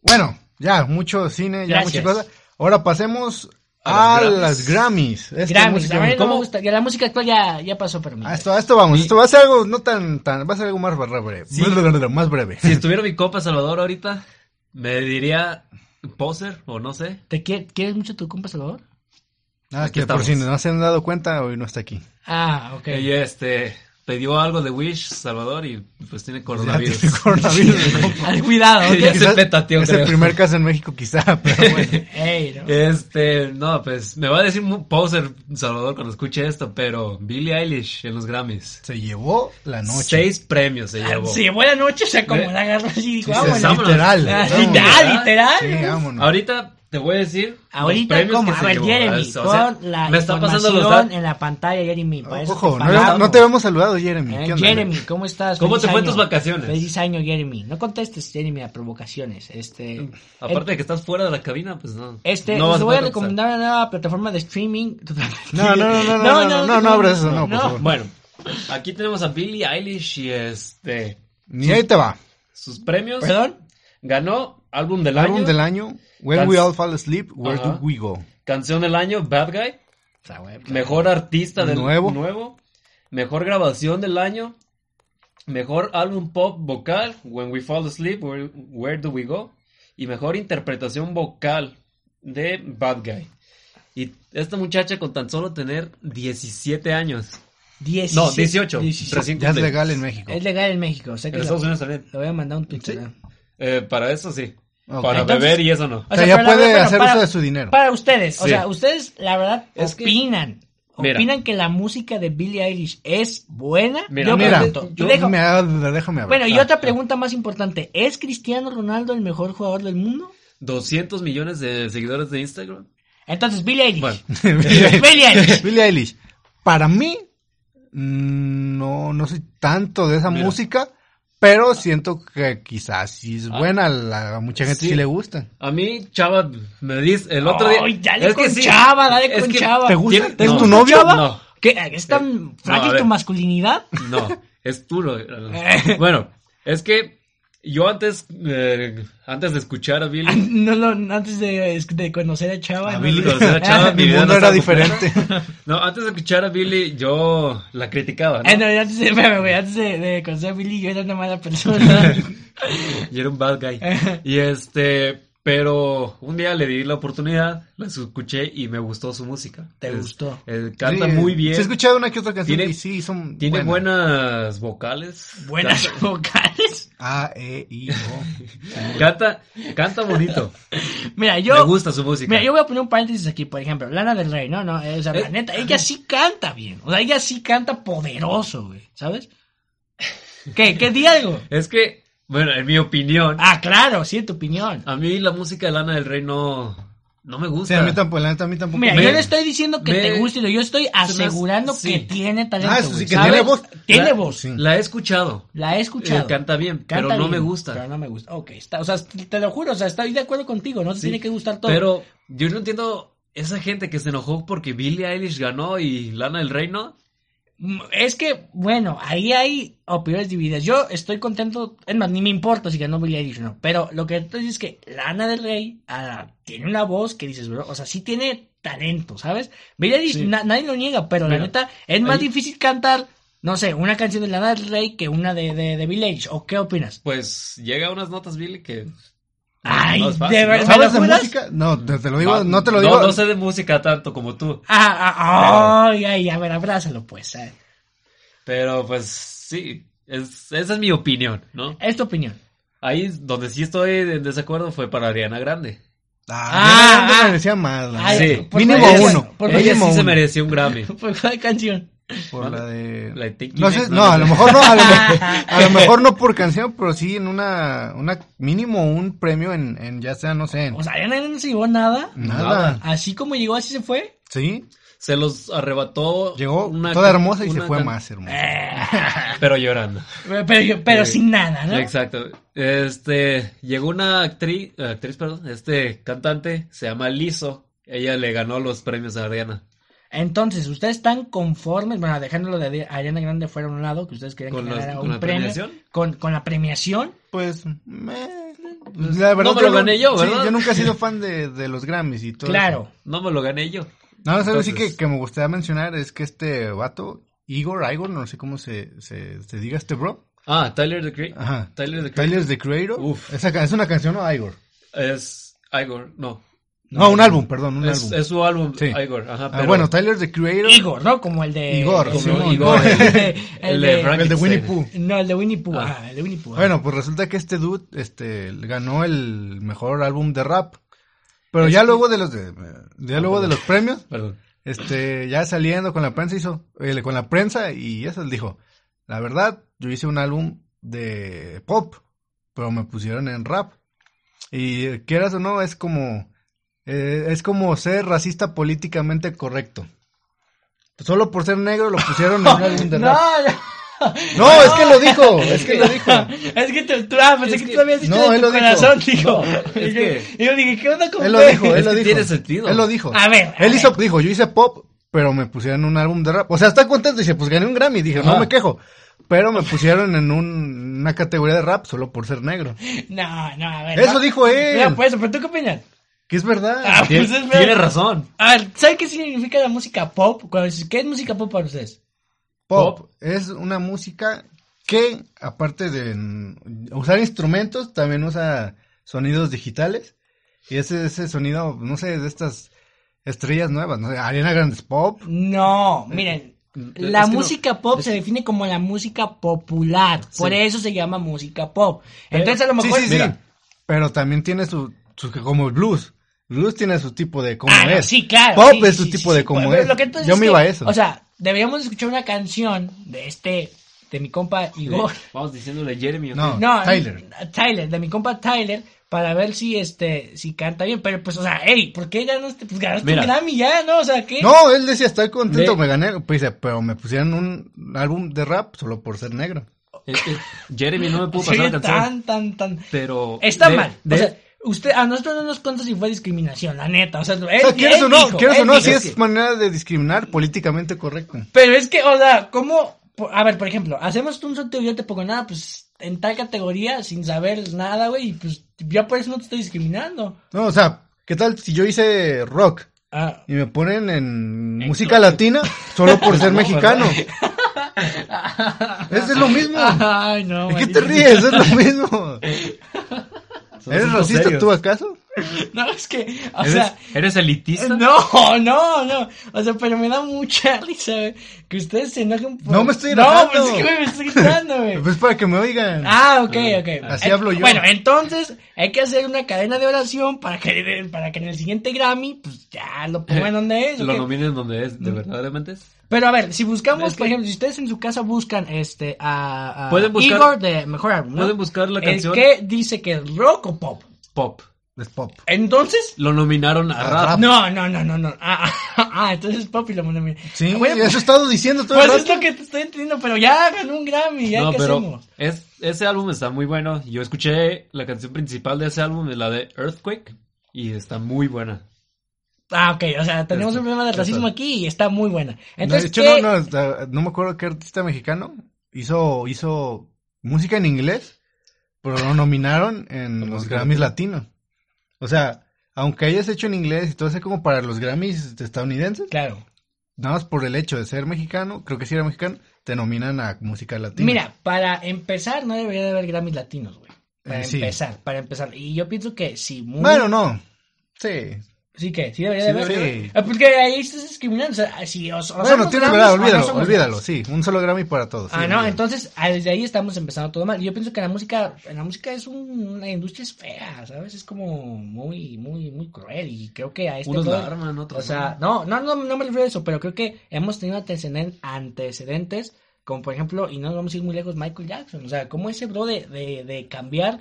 Bueno, ya, mucho cine, ya
Gracias.
muchas cosas. Ahora pasemos A,
A los
las Grammys. Esta
Grammys,
música
a
me-
mí no me
¿cómo?
gusta. Ya la música actual ya, ya pasó para mí.
A esto, a esto vamos. Esto va a ser algo no tan, tan, va a ser algo más breve.
Sí.
Más breve.
Si estuviera mi compa Salvador ahorita, me diría poser o no sé.
¿Te quie- quieres mucho tu compa Salvador?
Ah,
Aquí
que por si
estamos.
no se han dado cuenta, hoy no está aquí.
Ah, ok.
Y este pidió algo de Wish Salvador y pues tiene
Ya
coronavirus.
tiene coronavirus, ¿no?
Ay, cuidado, ok.
Ya se
Quizás
petateó,
Es
creo.
el primer caso en México, quizá, pero bueno.
Ey, no.
Este, no, pues me va a decir un poser Salvador cuando escuche esto, pero Billie Eilish en los Grammys.
Se llevó la noche.
Seis premios se llevó.
Sí, Ah, buena noche, o sea, como la agarró así, dijo,
Eh, Sí,
vámonos.
sí, vámonos.
Literal.
Ah,
vámonos.
literal, literal.
Sí, vámonos.
Ahorita te voy a decir. los
Ahorita,
premios
como,
que
a
se
ver,
llevó. Ah,
Jeremy,
O sea,
pon la
me está pasando los
información
datos.
en la pantalla, Jeremy. para eso
Ah, Ojo, no,
pagamos.
no te habíamos saludado, Jeremy.
Eh,
¿Qué onda?
Jeremy, ¿cómo estás?
¿Cómo te fue en
año.
tus vacaciones?
Feliz año, Jeremy. No contestes, Jeremy, a provocaciones. Este,
Mm, Aparte de que estás fuera de la cabina, pues no.
Este,
no vas
les
a
voy a
poder
recomendar una nueva plataforma de streaming.
No, no, no, no, no, no, no, no, no abras eso, no, por favor.
contestar. Bueno, aquí tenemos a Billie Eilish y este.
Ni ahí te va.
Sus premios.
Perdón.
Ganó álbum del
Álbum
año.
del año, When
Can-
We All Fall Asleep, Where
Ajá.
Do We Go?
Canción del año, Bad Guy.
O sea, güey,
Mejor artista del
Nuevo.
Mejor grabación del año. Mejor álbum pop vocal, When We Fall Asleep, Where, Where Do We Go. Y mejor interpretación vocal de Bad Guy. Y esta muchacha con tan solo tener 17 años.
17,
No, 18.
17.
recién
Ya es
cumplido.
legal en México.
Es legal en México, o sea que
En
lo,
Estados Unidos también.
lo voy a mandar un tweet.
Sí.
¿no?
Eh, para eso sí.
Ok.
Para
Entonces-
beber y eso no.
O sea, ya
pero la
puede
verdad,
hacer
para-
uso de su dinero.
Para ustedes, o
Sí.
sea, ustedes la verdad
Es que-
opinan.
Mira.
Opinan que la música de Billie Eilish es buena.
Mira,
yo
Mira,
pregunto,
yo
y dejo-
me ha- déjame hablar.
bueno, y
Ah,
otra
ah.
pregunta más importante. ¿Es Cristiano Ronaldo el mejor jugador del mundo?
200 millones de seguidores de Instagram.
Entonces, Billie Eilish.
Bueno,
Billie Eilish.
Billie Eilish. Para mí, mm, no, no soy tanto de esa
Mira.
música, pero siento que quizás sí es
Ah.
buena, la- a mucha gente sí.
Sí.
le gusta.
a mí, Chava, me dice el otro
Ay,
día.
dale
es
con
que sí.
Chava, dale
Es
con
que
Chava.
¿Te gusta?
tiene-
¿Es
no,
tu novio?
Chava?
No,
¿Qué? ¿Es
Eh,
tan
no,
frágil
a ver.
tu masculinidad?
no, es tú. lo-
Eh.
bueno, es que yo antes, eh, antes de escuchar a Billy,
No, no, antes de, de conocer a Chava.
A
no,
Billie
no.
conocer a Chava,
Ah,
mi
Mi
vida
mundo
no
era
estaba
diferente.
no, antes de escuchar a Billy, yo la criticaba, ¿no?
Ah, no, antes de, espérame, güey, antes de, de conocer a Billie yo era una mala persona.
Y era un bad guy. Y este, pero un día le di la oportunidad, la escuché y me gustó su música.
Te gustó.
eh, canta
Sí,
muy bien.
Se ha escuchado una que otra canción
Tiene-
y sí, son
Tiene
buenas.
buenas vocales.
Buenas
Canta-
vocales.
A, E, I, O.
Canta, canta bonito.
Mira, yo.
Me gusta su música.
Mira, yo voy a poner un paréntesis aquí, por ejemplo, Lana del Rey, no, no, eh, o sea, la
Eh,
neta, ella sí canta bien, o sea, ella sí canta poderoso, güey, ¿sabes? ¿Qué? ¿Qué di algo?
Es que, bueno, en mi opinión,
Ah, claro, sí, tu opinión.
a mí la música de Lana del Rey no, no me
Sí,
gusta.
a mí tampoco, la neta, a mí tampoco.
Mira,
Me-
yo este- no estoy diciendo que
me-
te guste, yo estoy
hace-
asegurando
sí.
que tiene talento.
Ah, eso sí,
güey,
que
¿sabes?
tiene voz.
Tiene
La-
voz.
sí.
La he escuchado.
La he escuchado.
Eh, canta bien, pero
Canta
no
bien,
me gusta.
Pero no me gusta. Ok, está, o sea, te te lo juro, o sea, estoy de acuerdo contigo, no te tiene que gustar todo.
Pero yo no entiendo esa gente que se enojó porque Billie Eilish ganó y Lana del Rey no.
Mm, Es que, bueno, ahí hay opiniones divididas. Yo estoy contento, es más, ni me importa si ganó Billie Eilish o no. Pero lo que te digo es que Lana del Rey ah, tiene una voz que dices, bro, o sea, sí tiene talento, ¿sabes? Billie Eilish,
Sí.
na- nadie lo niega, pero la
Mira,
neta, es más
ahí-
difícil cantar, no sé, una canción de Lana del Rey que una de, de, de Billie Eilish. ¿O qué opinas?
Pues llega a unas notas Billie que...
Ay,
es fácil,
de
¿no?
verdad.
¿Sabes de
juras?
música? No, te, te lo digo,
Va-
no te lo digo.
No, sé de música tanto como tú.
Ah, ah, ah, ay, ay, a ver, abrázalo, pues. eh.
Pero pues sí, es- esa es mi opinión, ¿no?
Es tu opinión.
Ahí donde sí estoy en desacuerdo fue para Ariana Grande.
Ah,
Ah,
no
ah.
me decía más. la
Ay,
neta.
Sí.
por
Mínimo
favor,
uno.
por
Ella
favor.
sí se
Mínimo uno.
mereció un Grammy.
¿Por cuál canción?
Por la de...
La de Take
no,
Me
sé,
Back,
no, a lo mejor no, a lo, me- a lo mejor no por canción, pero sí en una, una mínimo un premio en, en ya sea, no sé, en
O sea, Ariana Grande no se llevó nada.
nada.
Así como llegó, así se fue.
Sí,
Se los arrebató.
llegó
una-
toda hermosa y se
una
fue
can-
más hermosa.
Pero llorando.
Eh, Pero, pero- pero
Sí.
sin nada, ¿no?
Exacto. Este, llegó una actriz, actriz, perdón, este cantante, se llama Lizo. Ella le ganó los premios a Ariana.
Entonces, ¿ustedes están conformes? Bueno, dejándolo de Ari- Ariana Grande fuera a un lado, que ustedes querían
¿Con
que
los-
ganara
con
un
la
premio.
premiación?
Con, con la premiación.
Pues, me-
pues,
La verdad,
no me
yo
lo gané yo,
sí,
¿verdad?
yo nunca he sido fan de, de los Grammys y todo.
Claro.
No me lo gané yo.
No, sabes sí que,
Entonces-
que me gustaría mencionar es que este vato, Igor, Igor, no sé cómo se, se, se diga este bro.
Ah, Tyler the Creator.
Ajá.
Tyler the Creator.
Tyler the Creator.
Uf.
Esa ca- es una canción o Igor.
Es Igor, no.
No, un álbum, perdón, un
es,
álbum.
es su álbum,
Sí.
Igor. Ajá,
Ah,
pero
bueno, Tyler the Creator.
Igor, ¿no? Como el de...
Igor,
el,
como
de-
Igor.
el de-
el
el
de
de...
El de Winnie
Frankenstein.
Pooh.
No, el de Winnie Pooh. Ah, el de Winnie Pooh. ah.
Bueno, pues resulta que este dude este, ganó el mejor álbum de rap. Pero
Es
ya
que-
luego de los de, ya luego de los premios,
Perdón.
este, ya saliendo con la prensa hizo, eh, con la prensa y eso él dijo, la verdad, yo hice un álbum de pop, pero me pusieron en rap. Y eh, quieras o no, es como, eh, es como ser racista políticamente correcto. Solo por ser negro lo pusieron en un álbum de
No,
rap.
ya.
No, es que lo dijo, es que lo dijo.
Es que te, tú, ah, pensé
Es
que,
que-
tú habías dicho
no,
de
él
tu
lo dijo.
corazón, dijo.
es
yo,
que-
yo dije, ¿qué onda con
Él lo
Fer?
dijo, él
Es
lo
que
dijo.
tiene sentido.
Él lo dijo.
A ver, a
Él
ver.
hizo, dijo, yo hice pop, pero me pusieron un álbum de rap. O sea, está contento, dice, pues gané un Grammy, dije, no
Ajá.
me quejo. Pero me pusieron en un- una categoría de rap solo por ser negro.
No, no, a ver.
Eso
no.
dijo él.
Mira, pues, pero tú qué opinas.
Que es verdad.
Ah,
Tien-
pues, es
tiene
verdad.
razón.
A ver, ¿saben qué significa la música pop? Cuando dices, ¿Qué es música pop para ustedes?
pop, es una música que, aparte de mm, usar instrumentos, también usa sonidos digitales. Y ese, ese sonido, no sé, de estas estrellas nuevas, no sé, Ariana Grande es pop.
No, miren.
Es
La
que no-
música pop se define como la música popular. Por eso se llama música pop. Entonces, a lo
Eh, Sí,
mejor.
sí, sí. Pero también tiene su, su- como el blues. Blues tiene su tipo de cómo
Ah, no,
es.
sí, claro.
Pop
sí,
es
sí,
su
sí,
tipo
sí,
de cómo
pero
es.
lo que entonces
Yo
es
me
que,
iba a eso.
O sea, deberíamos escuchar una canción de este, de mi compa Igor.
Vamos diciéndole Jeremy. ¿ok?
No.
No,
Tyler.
eh, Tyler, de mi compa Tyler, para ver si este, si canta bien. Pero pues, o sea, hey, ¿por qué ganaste? Pues ganaste
Mira.
un Grammy ya, ¿no? O sea, ¿qué?
no, él decía, estoy contento,
Ve.
me gané. Pues dice, pero me pusieron un álbum de rap solo por ser negro.
Es que Eh, Jeremy no me pudo
Se
pasar
oye
la canción.
tan, tan, tan.
Pero.
Está
de-
mal.
de-
O sea, usted, a nosotros no nos cuenta si fue discriminación, la neta. O sea,
O sea, quieres o no, quieres o no, sí
si
es manera de discriminar políticamente correcta.
Pero es que, o sea, ¿cómo? Por- A ver, por ejemplo, hacemos un sorteo y yo te pongo nada, pues en tal categoría, sin saber nada, güey, y pues ya por eso no te estoy discriminando.
No, o sea, ¿qué tal si yo hice rock
Ah,
y me ponen en música latina solo por ser mexicano? Eso es lo mismo.
Ay, Ah, no.
¿De qué
maldito.
te ríes? Es lo mismo.
son
¿Eres
asuntos
racista
serios.
tú acaso?
No, es que, o
¿Eres,
sea,
eres elitista?
no, no, no. O sea, pero me da mucha risa, güey, que ustedes se enojen por...
No me estoy
No,
enojando.
pues es que güey, me estoy gritando, güey.
Pues para que me oigan.
Ah, ok, ok.
Así hablo yo.
Bueno, entonces hay que hacer una cadena de oración para que, para que en el siguiente Grammy, pues ya lo
Eh,
pongan donde es. ¿o
Lo
qué?
nomines donde es,
Mm.
de verdaderamente es.
Pero a ver, si buscamos,
Es que-
por ejemplo, si ustedes en su casa buscan este a, a
Pueden buscar-
Igor de Mejor Álbum, ¿no?
Pueden buscar la
El
canción
que dice que es rock o pop.
Pop.
Es pop.
Entonces,
Lo nominaron a
A
rap.
rap.
no, no, no, no, no. Ah, ah, ah, entonces es pop y lo mandé
Sí,
Ah, bueno,
eso he estado diciendo todo
Pues
el
es
rato.
lo que te estoy entendiendo, pero ya ganó un Grammy, ya
No,
qué
pero
hacemos.
es, ese álbum está muy bueno. Yo escuché la canción principal de ese álbum, es la de Earthquake, y está muy buena.
Ah, ok, o sea, tenemos
Esto,
un problema de racismo
esto.
aquí y está muy buena.
Este, No, de
Entonces,
hecho,
¿qué?
no, no, eh, no me acuerdo qué artista mexicano hizo, hizo música en inglés, pero lo nominaron en los Grammys latinos. O sea, aunque hayas hecho en inglés y todo eso como para los Grammys estadounidenses,
Claro.
nada más por el hecho de ser mexicano, creo que si era mexicano, te nominan a música latina.
Mira, para empezar, no debería de haber Grammys latinos, güey. Para
Eh, sí.
empezar, para empezar. Y yo pienso que si muy...
Bueno, no. Sí.
Sí que, sí debería
Sí
de haber.
debería.
Ah, Porque ahí estás discriminando. O sea, ah, si os, o
Bueno,
somos
tienes
Grammys
verdad,
o ah, no
olvídalo,
somos
olvídalo,
Grammys.
sí. Un solo Grammy para todos. sí,
Ah, no,
olvídalo.
entonces ah, desde ahí estamos empezando todo mal. Yo pienso que la música, la música es un- una industria es fea, ¿sabes? Es como muy, muy, muy cruel y creo que a este...
Unos la
brother-
arman,
o
otros
sea, no, no, no, no me refiero a eso, pero creo que hemos tenido anteceden- antecedentes, como por ejemplo, y no nos vamos a ir muy lejos, Michael Jackson. O sea, cómo ese bro de, de, de cambiar,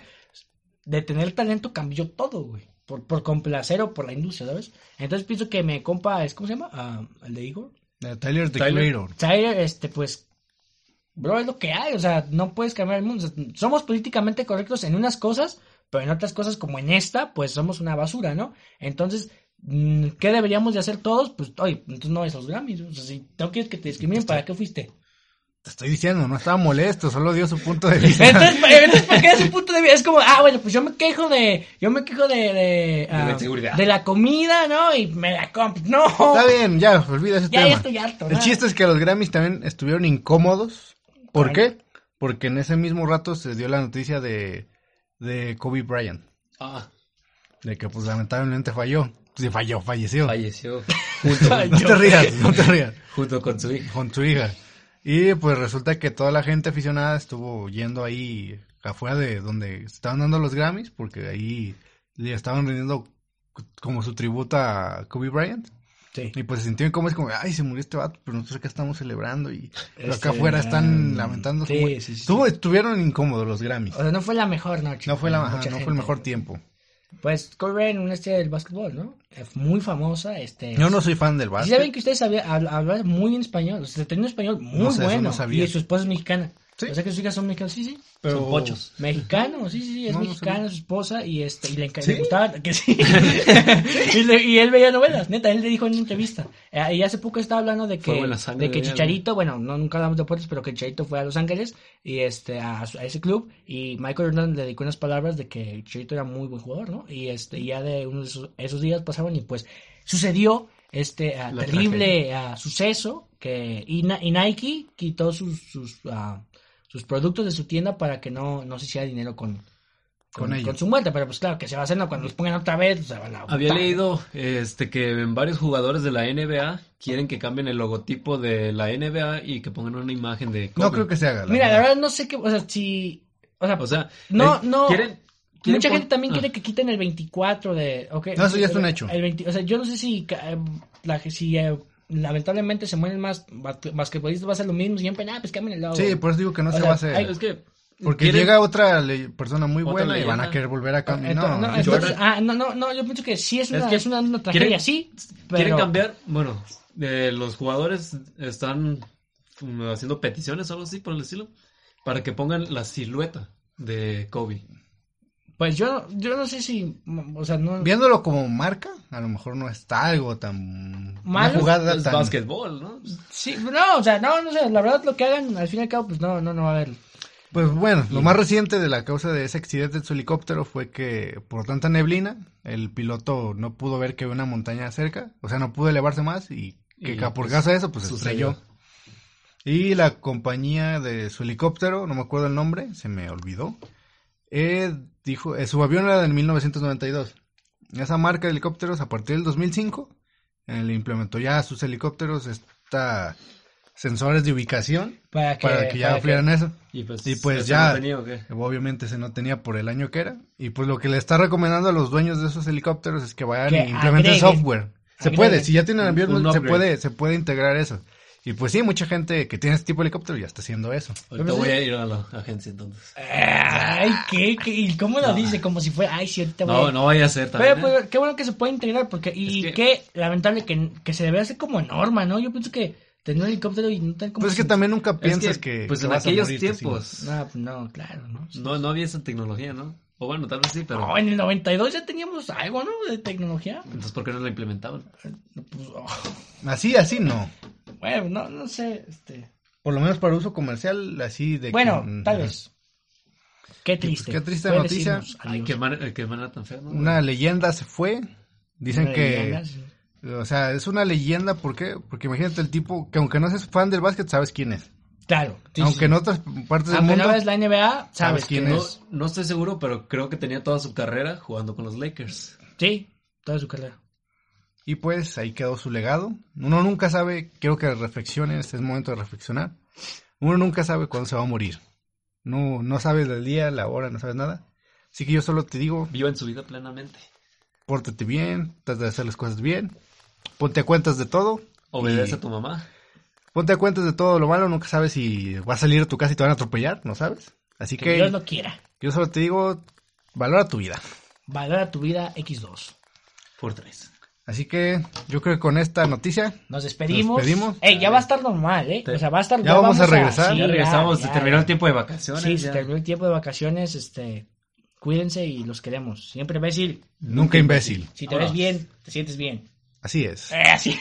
de tener talento, cambió todo, güey. Por, por complacer o por la industria, ¿sabes? Entonces pienso que me compa, es- ¿cómo se llama? Ah, el de Igor.
Eh, Tyler the
Tyler.
Creator.
Tyler, este, pues, bro, es lo que hay, o sea, no puedes cambiar el mundo. O sea, somos políticamente correctos en unas cosas, pero en otras cosas como en esta, pues somos una basura, ¿no? Entonces, mm, ¿qué deberíamos de hacer todos? Pues, oye, entonces no es los Grammys, o sea, si no quieres que te discriminen, ¿para qué fuiste?
Te estoy diciendo, no estaba molesto, solo dio su punto de vista.
Entonces, entonces, ¿por qué es un punto de vista? Es como, ah, bueno, pues yo me quejo de, yo me quejo de, de, ah,
la inseguridad.
de la comida, ¿no? Y me la compro. No.
Está bien, ya, olvida ese
Ya, ya
tema.
estoy harto,
El
nada.
chiste es que los Grammys también estuvieron incómodos. ¿Por
Ay.
qué? Porque en ese mismo rato se dio la noticia de, de Kobe Bryant,
Ah,
de que pues lamentablemente falló. Sí, falló, falleció.
Falleció junto,
No te rías, no te rías.
junto con su hija.
Con tu hija. Y pues resulta que toda la gente aficionada estuvo yendo ahí afuera de donde estaban dando los Grammys, porque ahí le estaban rindiendo como su tributo a Kobe Bryant.
Sí.
Y pues se sintió como es como, ay, se murió este vato, pero nosotros acá estamos celebrando y pero
Este,
acá afuera están
mm,
lamentando. su
sí,
muerte".
sí, sí.
Estuvo- estuvieron incómodos los Grammys.
O sea, no fue la mejor noche.
No fue, la,
para
ajá,
mucha
no fue el
gente.
mejor tiempo.
Pues Kobe Bryant, un este del básquetbol, ¿no? Es muy famosa, este.
Yo no soy fan del
¿Sí
básquet.
saben que ustedes sabía- habl- hablaban muy bien español, o sea, tenía un español muy
No sé, eso
bueno.
no sabía.
Y su esposa es mexicana.
Sí.
O sea que sus hijas son mexicanas, sí, sí.
pero...
Son pochos.
Mexicano, sí, sí, es
No, no
mexicana
sabía.
su esposa y este y le, enca-
¿Sí?
le gustaba que sí. y, le- y él veía novelas, neta, él le dijo en una entrevista. Eh, y hace poco estaba hablando de
Fuego
que
en la sangre
de que
de él.
Chicharito, bueno, no nunca hablamos de deportes, pero que Chicharito fue a Los Ángeles y este a, su- a ese club y Michael Jordan le dedicó unas palabras de que Chicharito era muy buen jugador, ¿no? Y este ya de uno de esos, esos días pasaron y pues sucedió este ah,
La
terrible ah, suceso que y, Na- y Nike quitó sus sus ah, sus productos de su tienda para que no, no se hiciera dinero con,
Con
con,
ello.
con su muerte. Pero pues claro, que se va a hacer, ¿no? cuando los pongan otra vez, pues, se van a
había
botar.
leído este que varios jugadores de la NBA quieren que cambien el logotipo de la NBA y que pongan una imagen de Kobe.
No creo que se haga. la
Mira, la
verdad.
verdad no sé qué, o sea, si... O sea,
O sea,
No,
eh,
no.
quieren- quieren
mucha
pon-
gente también
Ah,
quiere que quiten el 24 de... ok,
No, eso ya es un
el-
hecho.
el 20 o sea, yo no sé si... ca- eh, la, si eh, lamentablemente se mueren más bas- basquetbolistas, va a ser lo mismo siempre. Ah, pues cambien el logo.
Sí, por eso digo que no
O
se
sea,
va a hacer.
hay-
Es que
Porque
quieren-
llega otra le- persona muy
Otra
buena y van a
leyenda.
querer volver a
Entonces-
cambiar. No,
no,
no,
entonces-
Jordan-
ah, no, no, no, yo pienso que sí es una,
Es
es
que
una, una tragedia,
quieren-
sí.
Quieren
pero-
cambiar, bueno, eh, los jugadores están mm, haciendo peticiones o algo así por el estilo, para que pongan la silueta de Kobe.
Pues yo, no- yo no sé si... mm, O sea, no...
Viéndolo como marca, a lo mejor no está algo tan.
Malo.
Una jugada
es
Ah, tan.
básquetbol, ¿no?
Sí, no, o sea, no, no sé, la verdad lo que hagan, al fin y al cabo, pues no, no, no va a haber.
Pues bueno, lo más reciente de la causa de ese accidente de su helicóptero fue que por tanta neblina, el piloto no pudo ver que había una montaña cerca, o sea, no pudo elevarse más y que
Y,
ca- por
pues,
causa de eso, pues
sucedió.
estrelló. Y la compañía de su helicóptero, no me acuerdo el nombre, se me olvidó, eh, dijo, eh, su avión era de 1992. Esa marca de helicópteros, a partir del 2005, eh, le implementó ya a sus helicópteros esta sensores de ubicación
Para que,
para que ya
para que-
aflieran eso.
Y pues,
Y pues
¿eso
ya-
no tenía o qué?
Obviamente ese no tenía por el año que era. Y pues lo que le está recomendando a los dueños de esos helicópteros es que vayan
Que
e implementen
agreguen.
software. Se
Agreguen.
puede, si ya tienen
Un-
avión,
un
se
upgrade.
puede, se puede integrar eso. Y pues sí, mucha gente que tiene este tipo de helicóptero ya está haciendo eso.
Pues
Ahorita voy a ir a la agencia entonces.
Ay, ¿qué, qué? ¿Y cómo lo dice? Como si fuera, ay, sí, ahorita voy.
No, no vaya a ser también.
Pero
¿eh?
pues, qué bueno que se puede integrar, porque, y
Es
qué lamentable que, que se debe hacer como norma, ¿no? Yo pienso que tener un helicóptero y no tener como.
Pues es que también nunca
Es
piensas que,
pues
que
en
vas a
aquellos
morirte, sí.
tiempos
No, pues, no, claro, ¿no?
no, no había esa tecnología, ¿no? O bueno, tal vez sí, pero
No, en el 92 ya teníamos algo, ¿no? De tecnología.
entonces ¿por qué no la implementaban?
Pues, oh,
Así, así no.
bueno, no, no sé. Este...
Por lo menos para uso comercial, así de... que-
Bueno, tal
Ajá.
vez. Qué triste.
qué triste
Puede
noticia.
decirnos
Ay,
adiós.
qué manera, qué manera tan fea, ¿no?
Una leyenda se fue. Dicen
Una
que...
leyenda, sí.
O sea, es una leyenda, ¿por qué? Porque imagínate el tipo que aunque no seas fan del básquet, sabes quién es.
Claro. sí,
aunque
sí.
en otras partes del
Aunque
mundo...
no ves la NBA, sabes
sabes
quién
quién
No,
es.
es.
no estoy seguro, pero creo que tenía toda su carrera jugando con los Lakers.
Sí, toda su carrera.
Y pues ahí quedó su legado. Uno nunca sabe, quiero que reflexionen, este es el momento de reflexionar. Uno nunca sabe cuándo se va a morir. No, no sabes el día, la hora, no sabes nada. Así que yo solo te digo,
Viva en su vida plenamente.
pórtate bien, trata de hacer las cosas bien, ponte a cuentas de todo.
Obedece
Y-
a tu mamá.
Ponte a cuentas de todo lo malo, nunca sabes si va a salir de tu casa y te van a atropellar, no sabes. Así
Que
que
Dios lo quiera.
yo solo te digo, valora tu vida.
Valora tu vida X2.
Por tres.
Así que yo creo que con esta noticia
Nos despedimos.
Nos despedimos.
Ey, ya va a estar normal, ¿eh?
Sí.
O sea, va a estar
Ya vamos a regresar.
sí,
ya regresamos,
ya,
se
ya.
terminó el tiempo de vacaciones.
Sí, se
ya.
terminó el tiempo de vacaciones. Este, cuídense y los queremos. Siempre imbécil.
Nunca imbécil.
Si te
Ahora.
ves bien, te sientes bien.
Así es.
Eh, así.